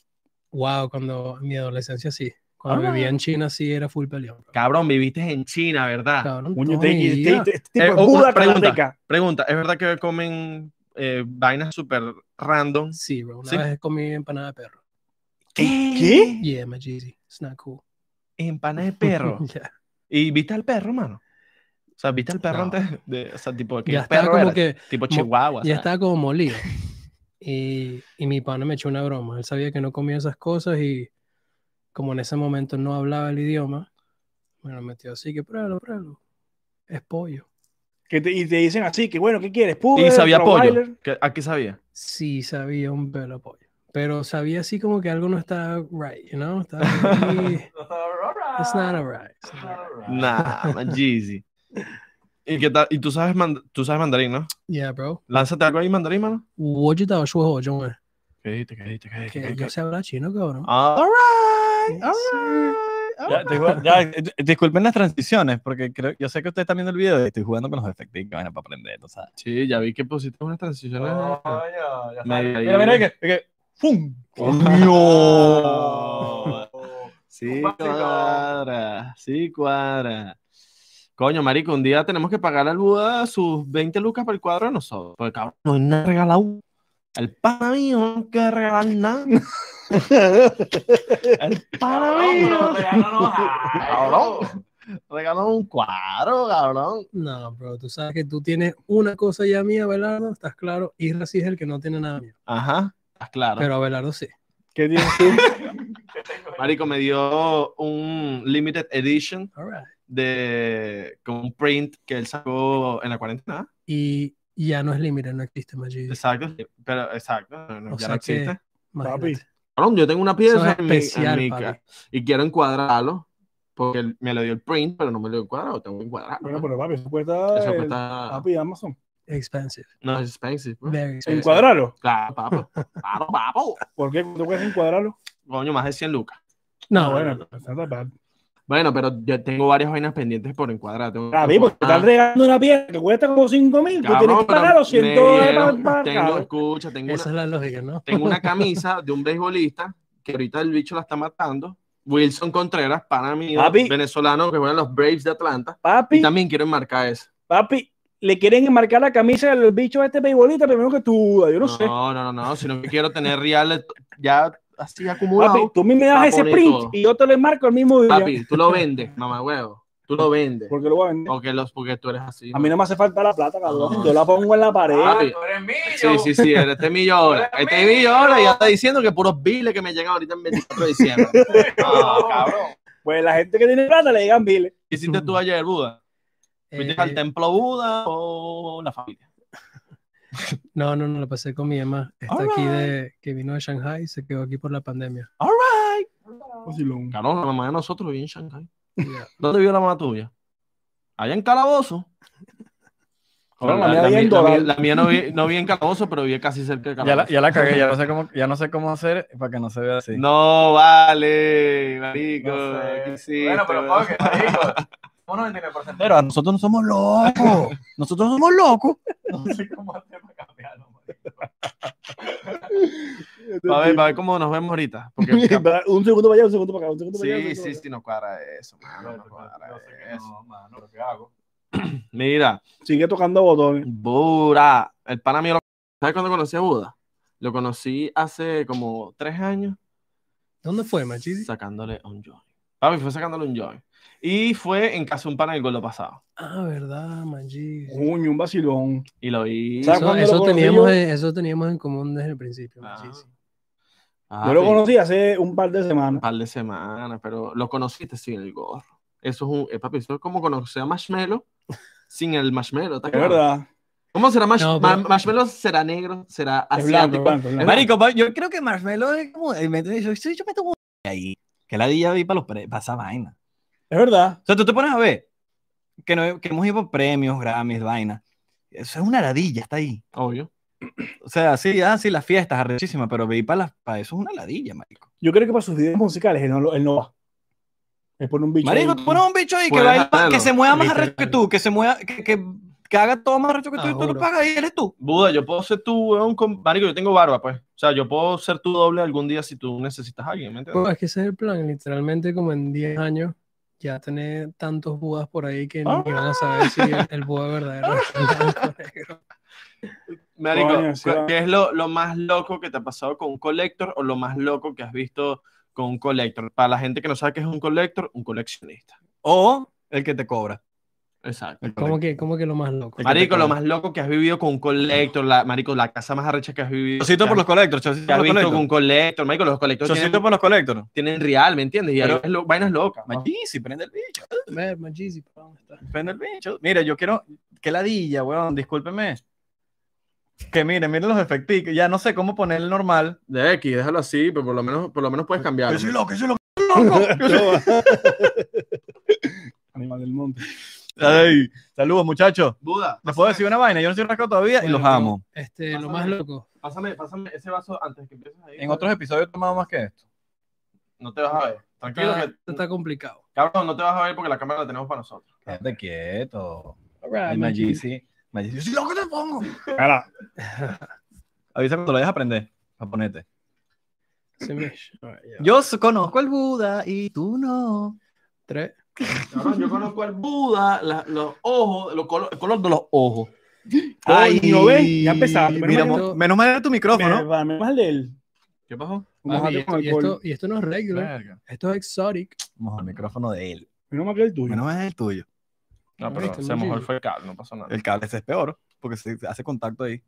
Speaker 5: Wow, cuando en mi adolescencia sí. Cuando
Speaker 3: Ah.
Speaker 5: vivía en China sí era full peleón.
Speaker 2: Cabrón, viviste en China, ¿verdad?
Speaker 5: Cabrón,
Speaker 3: Muño,
Speaker 5: toda mi
Speaker 3: te-
Speaker 5: vida.
Speaker 3: te- te- este tipo
Speaker 2: Eh,
Speaker 3: es
Speaker 2: o-
Speaker 3: Buda
Speaker 2: una pregunta.
Speaker 3: karateka.
Speaker 2: Pregunta, ¿es verdad que comen eh, vainas súper random?
Speaker 5: Sí, bro. Una
Speaker 2: Sí.
Speaker 5: vez comí empanada de perro.
Speaker 3: ¿Qué?
Speaker 5: Yeah, Maggi. sí. It's not cool. [LAUGHS]
Speaker 2: Empanadas de perro.
Speaker 5: Ya.
Speaker 2: [LAUGHS] ¿Y viste al perro, mano? O sea, ¿viste al perro
Speaker 5: No.
Speaker 2: antes de...? O sea, tipo, ¿qué
Speaker 5: Ya estaba
Speaker 2: perro
Speaker 5: como
Speaker 2: era?
Speaker 5: que
Speaker 2: Tipo chihuahua.
Speaker 5: ya
Speaker 2: ¿sabes?
Speaker 5: estaba como molido.
Speaker 2: [LAUGHS]
Speaker 5: Y, y mi pana me echó una broma. Él sabía que no comía esas cosas y como en ese momento no hablaba el idioma, me lo metió así que pruébalo, pruébalo. Es pollo.
Speaker 3: Que te- y te dicen así, que bueno, ¿qué quieres? Pude,
Speaker 2: Y sabía
Speaker 3: Rottweiler.
Speaker 2: pollo. ¿Qué- ¿A qué sabía?
Speaker 5: Sí, sabía un pelo a pollo. Pero sabía así como que algo no estaba right, you know?
Speaker 2: [LAUGHS]
Speaker 5: Estaba ahí- It's not alright. it's not alright.
Speaker 2: Nah, man, Jeezy. ¿Y, qué tal? ¿Y tú, sabes mand- tú sabes mandarín, ¿no?
Speaker 5: Yeah, bro.
Speaker 2: Lánzate algo ahí, mandarín, mano.
Speaker 5: 我知道说我中文，
Speaker 2: ¿Qué dijiste? ¿Qué dijiste? ¿Qué dijiste?
Speaker 5: que
Speaker 2: ¿Qué
Speaker 5: yo
Speaker 2: dijiste?
Speaker 5: sé hablar chino, cabrón.
Speaker 2: Ah, all right, all
Speaker 5: Sí.
Speaker 2: right, all
Speaker 1: Ya,
Speaker 2: right.
Speaker 1: te digo- ya, eh, disculpen las transiciones, porque creo, yo sé que ustedes están viendo el video y estoy jugando con los efectos y vaina para aprender, tú sabes.
Speaker 2: Sí, ya vi que pusiste unas transiciones. Medio ahí.
Speaker 1: Mira, mira, que, que ¡fum!
Speaker 2: [LAUGHS] ¡Coño! Sí, cuadra. Sí, cuadra. Coño, marico, un día tenemos que pagarle al Buda sus 20 lucas para el cuadro de nosotros. Porque, cabrón, no hay nada regalado. El pana mío no quiere regalar nada. El pana mío. Cabrón. Regaló un cuadro, cabrón.
Speaker 5: No, bro, tú sabes que tú tienes una cosa ya mía, Abelardo, estás claro. Isra sí es el que no tiene nada mío.
Speaker 2: Ajá, estás claro.
Speaker 5: Pero Abelardo sí.
Speaker 3: [LAUGHS] ¿Qué tienes tú?
Speaker 2: Marico me dio un limited edition
Speaker 5: All right.
Speaker 2: de con un print que él sacó en la cuarentena.
Speaker 5: Y y ya no es límite, no existe Magic.
Speaker 2: Exacto, pero exacto, no, no, ya
Speaker 5: O sea
Speaker 2: no existe.
Speaker 5: que- Imagínate.
Speaker 3: Papi.
Speaker 2: Cabrón, yo tengo una
Speaker 5: Eso
Speaker 2: pieza
Speaker 5: es
Speaker 2: en mi, en
Speaker 5: especial,
Speaker 2: mi
Speaker 5: papi.
Speaker 2: ca- y quiero encuadrarlo porque él me lo dio el print, pero no me lo dio encuadrado, tengo que encuadrarlo.
Speaker 3: Bueno,
Speaker 2: ¿no?
Speaker 3: pero papi, eso cuesta,
Speaker 2: Eso
Speaker 3: el-
Speaker 2: cuesta-
Speaker 3: papi Amazon.
Speaker 5: Expensive.
Speaker 2: no es expensive. ¿no?
Speaker 5: Very expensive.
Speaker 3: Encuadrarlo.
Speaker 2: Claro,
Speaker 5: [LAUGHS]
Speaker 2: papo. Claro, papo.
Speaker 3: ¿Por qué tú puedes encuadrarlo?
Speaker 2: Coño, más de 100 lucas.
Speaker 1: Ah,
Speaker 5: No,
Speaker 3: bueno,
Speaker 5: bueno.
Speaker 3: that's not bad.
Speaker 2: Bueno, pero yo tengo varias vainas pendientes por encuadrar. tengo que
Speaker 3: Papi, Ah, porque te están
Speaker 2: encuadrar.
Speaker 3: regalando una pieza que cuesta como 5 mil. Tú tienes que
Speaker 2: Cabrón,
Speaker 3: pagar
Speaker 2: pero
Speaker 3: los 100
Speaker 2: me
Speaker 3: dólares
Speaker 2: dieron-
Speaker 3: para- para
Speaker 2: Tengo,
Speaker 3: pagar.
Speaker 2: escucha, tengo una,
Speaker 5: Esa es [LAUGHS] la lógica, ¿no? Eh,
Speaker 2: tengo una camisa de un beisbolista que ahorita el bicho la está matando. Wilson Contreras, para mí,
Speaker 3: Papi.
Speaker 2: venezolano que juega en los Braves de Atlanta. Y
Speaker 3: Papi,
Speaker 2: también quiero enmarcar eso.
Speaker 3: papi, le quieren enmarcar la camisa del bicho a este beisbolista primero que tú, Buda, yo no,
Speaker 2: No,
Speaker 3: sé.
Speaker 2: no, no, no, sino que quiero tener reales ya así
Speaker 3: Papi,
Speaker 2: acumulado.
Speaker 3: tú a mí me
Speaker 2: Va a
Speaker 3: das ese
Speaker 2: poner
Speaker 3: print
Speaker 2: todo.
Speaker 3: y yo te lo enmarco el mismo día.
Speaker 2: Papi, tú lo vendes, mamá huevo. Tú lo vendes.
Speaker 3: Porque lo voy a vender.
Speaker 2: Porque, los, porque tú eres así.
Speaker 3: A mí no me hace falta la plata,
Speaker 2: No. Ah.
Speaker 3: cabrón. Yo la pongo en la pared.
Speaker 2: Papi. Sí, sí, sí, eres este millón
Speaker 3: [LAUGHS]
Speaker 2: ahora. Este millón ahora ya está diciendo que puros biles que me llegan ahorita en 24 de
Speaker 3: [LAUGHS]
Speaker 2: diciembre.
Speaker 8: Ah,
Speaker 2: No, cabrón.
Speaker 3: Pues la gente que tiene plata le digan miles.
Speaker 2: ¿Qué hiciste tú ayer, Buda? ¿Fuiste al
Speaker 5: Eh,
Speaker 2: templo Buda o la familia?
Speaker 5: no, no, no, lo pasé con mi mamá. Está
Speaker 2: All
Speaker 5: aquí de que vino de Shanghai y se quedó aquí por la pandemia.
Speaker 2: All right.
Speaker 3: Vacilón.
Speaker 2: Cabrón, la mamá de nosotros vive en Shanghai.
Speaker 5: Yeah.
Speaker 2: ¿Dónde vive la mamá tuya? Allá en Calabozo.
Speaker 3: Cabrón,
Speaker 2: la,
Speaker 3: la mía
Speaker 2: la
Speaker 3: vive en
Speaker 2: mía- la mía-
Speaker 3: Doral.
Speaker 2: la mía no vi, no vi en Calabozo, pero vi casi cerca de
Speaker 1: Ya la,
Speaker 2: Calabozo.
Speaker 1: ya la cagué, ya no, sé cómo, ya no sé cómo hacer para que no se vea así.
Speaker 2: No, vale, marico.
Speaker 8: No sé.
Speaker 2: ¿qué hiciste,
Speaker 8: Bueno, pero
Speaker 2: weón?
Speaker 8: ¿por qué,
Speaker 2: [LAUGHS]
Speaker 8: marico? Un 99%
Speaker 7: Pero nosotros no somos locos. Nosotros somos locos.
Speaker 8: no sé cómo hacer para cambiarlo, marico.
Speaker 2: A ver, a ver cómo nos vemos ahorita.
Speaker 8: [LAUGHS]
Speaker 2: Porque
Speaker 3: [LAUGHS] Un segundo para allá, un segundo para acá, un segundo para allá.
Speaker 2: sí,
Speaker 3: un segundo
Speaker 2: sí,
Speaker 3: para
Speaker 2: sí, no cuadra eso, mano,
Speaker 8: No,
Speaker 2: no cuadra
Speaker 8: no sé qué
Speaker 2: eso.
Speaker 8: no, mano, pero ¿qué hago?
Speaker 2: Mira,
Speaker 3: allá. Sigue tocando botones.
Speaker 2: Buda, el pana mío, lo- ¿sabes cuándo conocí a Buda? Lo conocí hace como tres años.
Speaker 5: ¿Dónde fue, Maggi?
Speaker 2: sacándole un joy. Papi, fue sacándole un joy. Y fue en casa de un pana el lo pasado.
Speaker 5: Ah, verdad, Maggi.
Speaker 3: Coño, un vacilón.
Speaker 2: Y lo vi.
Speaker 3: ¿Sabes
Speaker 5: Eso,
Speaker 3: cuándo lo
Speaker 5: eso
Speaker 3: conocí
Speaker 5: teníamos,
Speaker 3: yo?
Speaker 5: en- eso teníamos en común desde el principio,
Speaker 2: Ah.
Speaker 5: Maggi, sí.
Speaker 2: Ah,
Speaker 3: yo lo
Speaker 2: sí, Ah,
Speaker 3: conocí hace un par de
Speaker 2: Un
Speaker 3: semanas.
Speaker 2: par de semanas, pero lo conociste sin el gorro. Eso es un. eh, papi, eso es como conocer a Marshmello sin el marshmallow. ¿está
Speaker 3: Es
Speaker 2: claro?
Speaker 3: verdad.
Speaker 2: ¿Cómo será mash-
Speaker 5: No,
Speaker 2: ma-
Speaker 5: pero-
Speaker 2: marshmallow? ¿Será negro? ¿Será
Speaker 3: Es blanco,
Speaker 2: asiático?
Speaker 3: blanco, blanco.
Speaker 1: Marico, pa- yo creo que Marshmallow es como. eh, me- Yo, yo- yo me tomo ahí. Que la día vi para los pre- pa' esa vaina.
Speaker 3: Es verdad.
Speaker 1: O sea, tú te pones a ver que, no, que hemos ido por premios, Grammys, vaina. Eso es una ladilla, está ahí.
Speaker 2: Obvio.
Speaker 1: O sea, sí, ah, sí, las fiestas, arrechísimas, pero vi para pa eso es una ladilla, marico.
Speaker 3: Yo creo que para sus videos musicales él no, lo- él no va. Es por un bicho.
Speaker 1: Marico,
Speaker 3: ahí.
Speaker 1: tú pones un bicho ahí que,
Speaker 2: Puedes
Speaker 1: baila-
Speaker 2: hacerlo,
Speaker 1: que se mueva más arrecho que
Speaker 5: literal.
Speaker 1: tú, que se mueva, que, que, que haga todo más arrecho que tú
Speaker 5: Ah,
Speaker 1: y tú lo
Speaker 5: juro.
Speaker 1: pagas y eres tú.
Speaker 2: Buda, yo puedo ser tu weón con- Marico, yo tengo barba, pues. O sea, yo puedo ser tu doble algún día si tú necesitas a alguien, ¿me entiendes?
Speaker 3: Pues,
Speaker 5: Bueno, es que ese es el plan, literalmente como en 10 años ya tener tantos budas por ahí que ni van a saber si el, el Buda verdadero es blanco
Speaker 3: [LAUGHS]
Speaker 5: o negro.
Speaker 2: Marico,
Speaker 3: Coño, sí,
Speaker 2: ¿cu-
Speaker 3: va.
Speaker 2: ¿qué es lo, lo más loco que te ha pasado con un collector o lo más loco que has visto con un collector? Para la gente que no sabe qué es un collector, un coleccionista.
Speaker 1: O el que te cobra.
Speaker 2: Exacto.
Speaker 5: ¿Cómo que, cómo que lo más loco?
Speaker 2: Marico, lo más loco que has vivido con un collector, la, Marico, la casa más arrecha que has vivido.
Speaker 1: Chocito
Speaker 2: que
Speaker 1: por
Speaker 2: has-
Speaker 1: los colectores, chocito
Speaker 2: que has
Speaker 1: por los
Speaker 2: visto con un
Speaker 1: colectores.
Speaker 2: colector, Marico, los colectores
Speaker 1: Chocito
Speaker 2: tienen,
Speaker 1: por los colectores.
Speaker 2: tienen real, ¿me entiendes? Y
Speaker 1: Pero-
Speaker 2: ahí es lo- vainas locas. ¿no?
Speaker 1: Magisi, prende el bicho.
Speaker 5: Ver, man, Jeezy, ¿para dónde está?
Speaker 1: Prende el bicho. Mira, yo quiero. Qué ladilla, weón. Discúlpeme. Que miren, miren los efecticos. Ya no sé cómo poner el normal.
Speaker 2: De X, déjalo así, pero por lo menos, por lo menos puedes cambiarlo.
Speaker 1: loco, yo soy loco.
Speaker 3: [LAUGHS] Animal del monte.
Speaker 1: Ay, saludos, muchachos.
Speaker 2: Buda,
Speaker 1: ¿Me puedo decir una vaina? Yo no soy rascado todavía y
Speaker 5: Bueno,
Speaker 1: los
Speaker 5: pero,
Speaker 1: amo.
Speaker 5: Este, lo
Speaker 2: Pásame.
Speaker 5: más loco.
Speaker 2: pásame, pásame ese vaso antes de que empieces ahí.
Speaker 1: En otros episodios he tomado más que esto.
Speaker 2: No te vas a ver. Tranquilo,
Speaker 5: Está,
Speaker 2: que-
Speaker 5: está complicado.
Speaker 2: cabrón, no te vas a ver porque la cámara la tenemos para nosotros.
Speaker 1: Quédate quieto.
Speaker 5: Alright,
Speaker 1: Ay,
Speaker 5: man, Jeezy.
Speaker 1: Magisi. Magisi. Yo soy loco, te pongo. [LAUGHS]
Speaker 3: Ahora,
Speaker 1: Avisa cuando lo dejas aprender. A ponerte.
Speaker 5: Sí, Mish. Alright, ya.
Speaker 1: Yo so- conozco al Buda y tú no.
Speaker 5: Tres.
Speaker 2: Cabrón, yo conozco al Buda, la- los ojos, los colo- el color de los ojos.
Speaker 3: Coño, ¿ves? Ya empezaba. Menos
Speaker 1: Mira,
Speaker 5: mal
Speaker 1: mo-
Speaker 5: que-
Speaker 1: menos mal era tu micrófono.
Speaker 3: me- me- más de él.
Speaker 2: ¿Qué pasó?
Speaker 3: Como
Speaker 5: Papi,
Speaker 3: jate con
Speaker 5: y,
Speaker 3: alcohol.
Speaker 5: Ah, esto, y esto no es regular.
Speaker 1: Verga.
Speaker 5: Esto es exotic.
Speaker 1: Vamos al micrófono de él.
Speaker 3: Menos mal que el tuyo.
Speaker 1: Menos mal es el tuyo.
Speaker 2: No, pero
Speaker 5: ¿Viste,
Speaker 2: o sea, a lo mejor
Speaker 5: Luigi?
Speaker 2: fue el cable, no pasó nada.
Speaker 1: El cable ese es peor, porque se hace contacto ahí.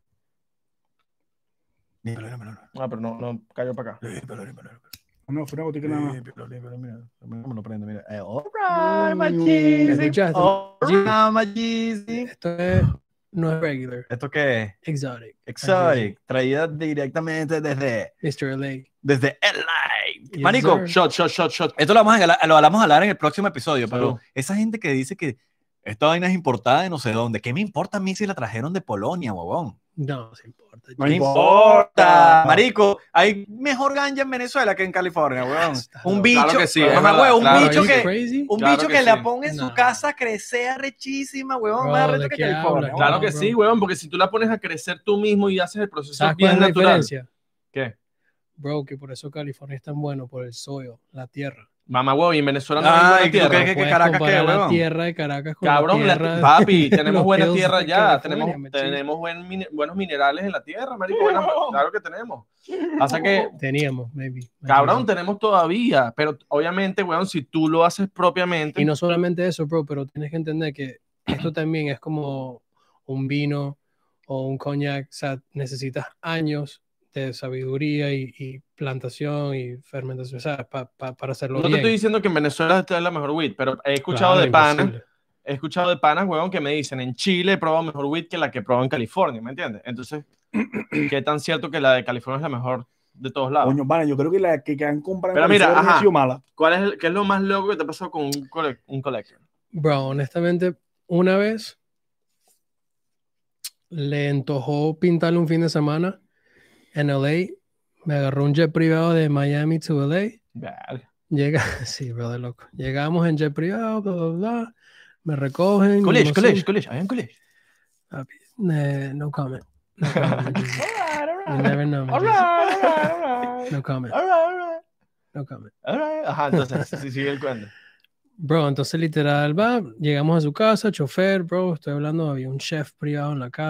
Speaker 1: Límpialo, límpialo, límpialo.
Speaker 2: Ah, pero no, no cayó para acá.
Speaker 1: Límpialo, límpialo, límpialo.
Speaker 3: No, fue una gotica nada
Speaker 2: Eh,
Speaker 3: más.
Speaker 1: Límpialo, límpialo, mira. Mira, lo prende, mira. Eh,
Speaker 3: Mm.
Speaker 1: alright, my Jeezy.
Speaker 5: ¿Escuchaste?
Speaker 1: Alright, my Jeezy.
Speaker 5: Esto es, no es regular.
Speaker 1: ¿Esto qué es?
Speaker 5: Exotic.
Speaker 1: Exotic, traída directamente desde,
Speaker 5: Mr. LA.
Speaker 1: desde LA.
Speaker 5: Yes,
Speaker 1: Marico,
Speaker 5: sir.
Speaker 2: Shot, shot, shot, shot.
Speaker 1: Esto lo vamos, a, gala- lo vamos a hablar en el próximo episodio, pero
Speaker 2: Salud.
Speaker 1: esa gente que dice que esta vaina es importada de no sé dónde, ¿qué me importa a mí si la trajeron de Polonia, huevón?
Speaker 5: No, se importa.
Speaker 3: No
Speaker 1: ¿Qué
Speaker 3: importa.
Speaker 1: importa? Marico, hay mejor ganja en Venezuela que en California, huevón.
Speaker 5: Está
Speaker 1: Un
Speaker 5: loco.
Speaker 1: bicho,
Speaker 2: Claro que sí,
Speaker 1: mamá,
Speaker 2: es verdad,
Speaker 1: huevón, un
Speaker 2: claro
Speaker 1: bicho
Speaker 2: que
Speaker 1: que,
Speaker 2: sí.
Speaker 5: crazy?
Speaker 1: un
Speaker 2: Claro
Speaker 1: bicho
Speaker 2: que
Speaker 1: que, la
Speaker 2: sí.
Speaker 1: ponga en su
Speaker 5: No.
Speaker 1: casa crecer rechísima, huevón,
Speaker 5: Bro,
Speaker 1: más
Speaker 5: ¿de
Speaker 1: recho que
Speaker 5: qué
Speaker 1: California.
Speaker 5: hablas?
Speaker 1: huevón.
Speaker 2: Claro
Speaker 5: No,
Speaker 2: que
Speaker 5: Oh, bro.
Speaker 2: sí, weón, porque si tú la pones a crecer tú mismo y haces el proceso
Speaker 5: ¿Sabes cuál
Speaker 2: bien
Speaker 5: es la
Speaker 2: natural.
Speaker 5: diferencia?
Speaker 2: ¿Qué?
Speaker 5: Bro, que por eso California es tan bueno, por el soil, la tierra.
Speaker 2: Mamá, weón, y en Venezuela no
Speaker 1: Ay,
Speaker 2: hay buena
Speaker 1: ¿tú
Speaker 2: tierra.
Speaker 1: crees que-
Speaker 5: Puedes
Speaker 1: Caracas qué,
Speaker 5: comparar la
Speaker 1: huevón?
Speaker 5: tierra de Caracas con
Speaker 2: Cabrón,
Speaker 5: la
Speaker 2: la-
Speaker 1: [LAUGHS]
Speaker 5: tierra...
Speaker 2: papi, tenemos
Speaker 5: los
Speaker 2: buena
Speaker 5: hills de
Speaker 2: tierra ya,
Speaker 5: California,
Speaker 2: tenemos,
Speaker 5: me chingo.
Speaker 2: tenemos buen mine- buenos minerales en la tierra, marico,
Speaker 1: [LAUGHS]
Speaker 2: buenas- claro que tenemos. Pasa que,
Speaker 5: Teníamos, maybe.
Speaker 2: cabrón, tenemos todavía, pero obviamente, weón, si tú lo haces propiamente,
Speaker 5: Y no solamente eso, bro, pero tienes que entender que esto también es como un vino o un coñac. O sea, necesitas años de sabiduría y, y plantación y fermentación, o sea, pa- pa- para hacerlo
Speaker 2: no te
Speaker 5: bien.
Speaker 2: estoy diciendo que en Venezuela esta es la mejor weed, pero he escuchado
Speaker 5: Claro,
Speaker 2: de panas,
Speaker 5: imposible.
Speaker 2: he escuchado de panas, weón, que me dicen, en Chile he probado mejor weed que la que he probado en California, ¿me entiendes? Entonces, [CLEARS THROAT] ¿qué tan cierto que la de California es la mejor de todos lados?
Speaker 3: Coño, pana, yo creo que la que, que han comprado
Speaker 2: Pero
Speaker 3: en
Speaker 2: mira,
Speaker 3: Venezuela no
Speaker 2: ajá.
Speaker 3: ha sido mala.
Speaker 2: ¿Cuál es el- qué es lo más loco que te ha pasado con un, cole- un collector?
Speaker 5: Bro, honestamente, una vez le antojó pintarle un fin de semana en LA. Me agarró un jet privado de Miami to LA.
Speaker 2: Verga.
Speaker 5: Llega, [LAUGHS] sí, bro, de loco. Llegamos en jet privado, bla, bla, bla. Me recogen.
Speaker 1: College,
Speaker 5: no sé,
Speaker 1: college, college, había un college.
Speaker 5: papi, eh, no comment. No comment. Jesus. You never know. man, Jesus. No comment. No comment.
Speaker 2: Ajá, entonces, sí, sigue el cuento.
Speaker 5: Bro, entonces literal, va, llegamos a su casa, chofer, bro, estoy hablando, había un chef privado en la casa.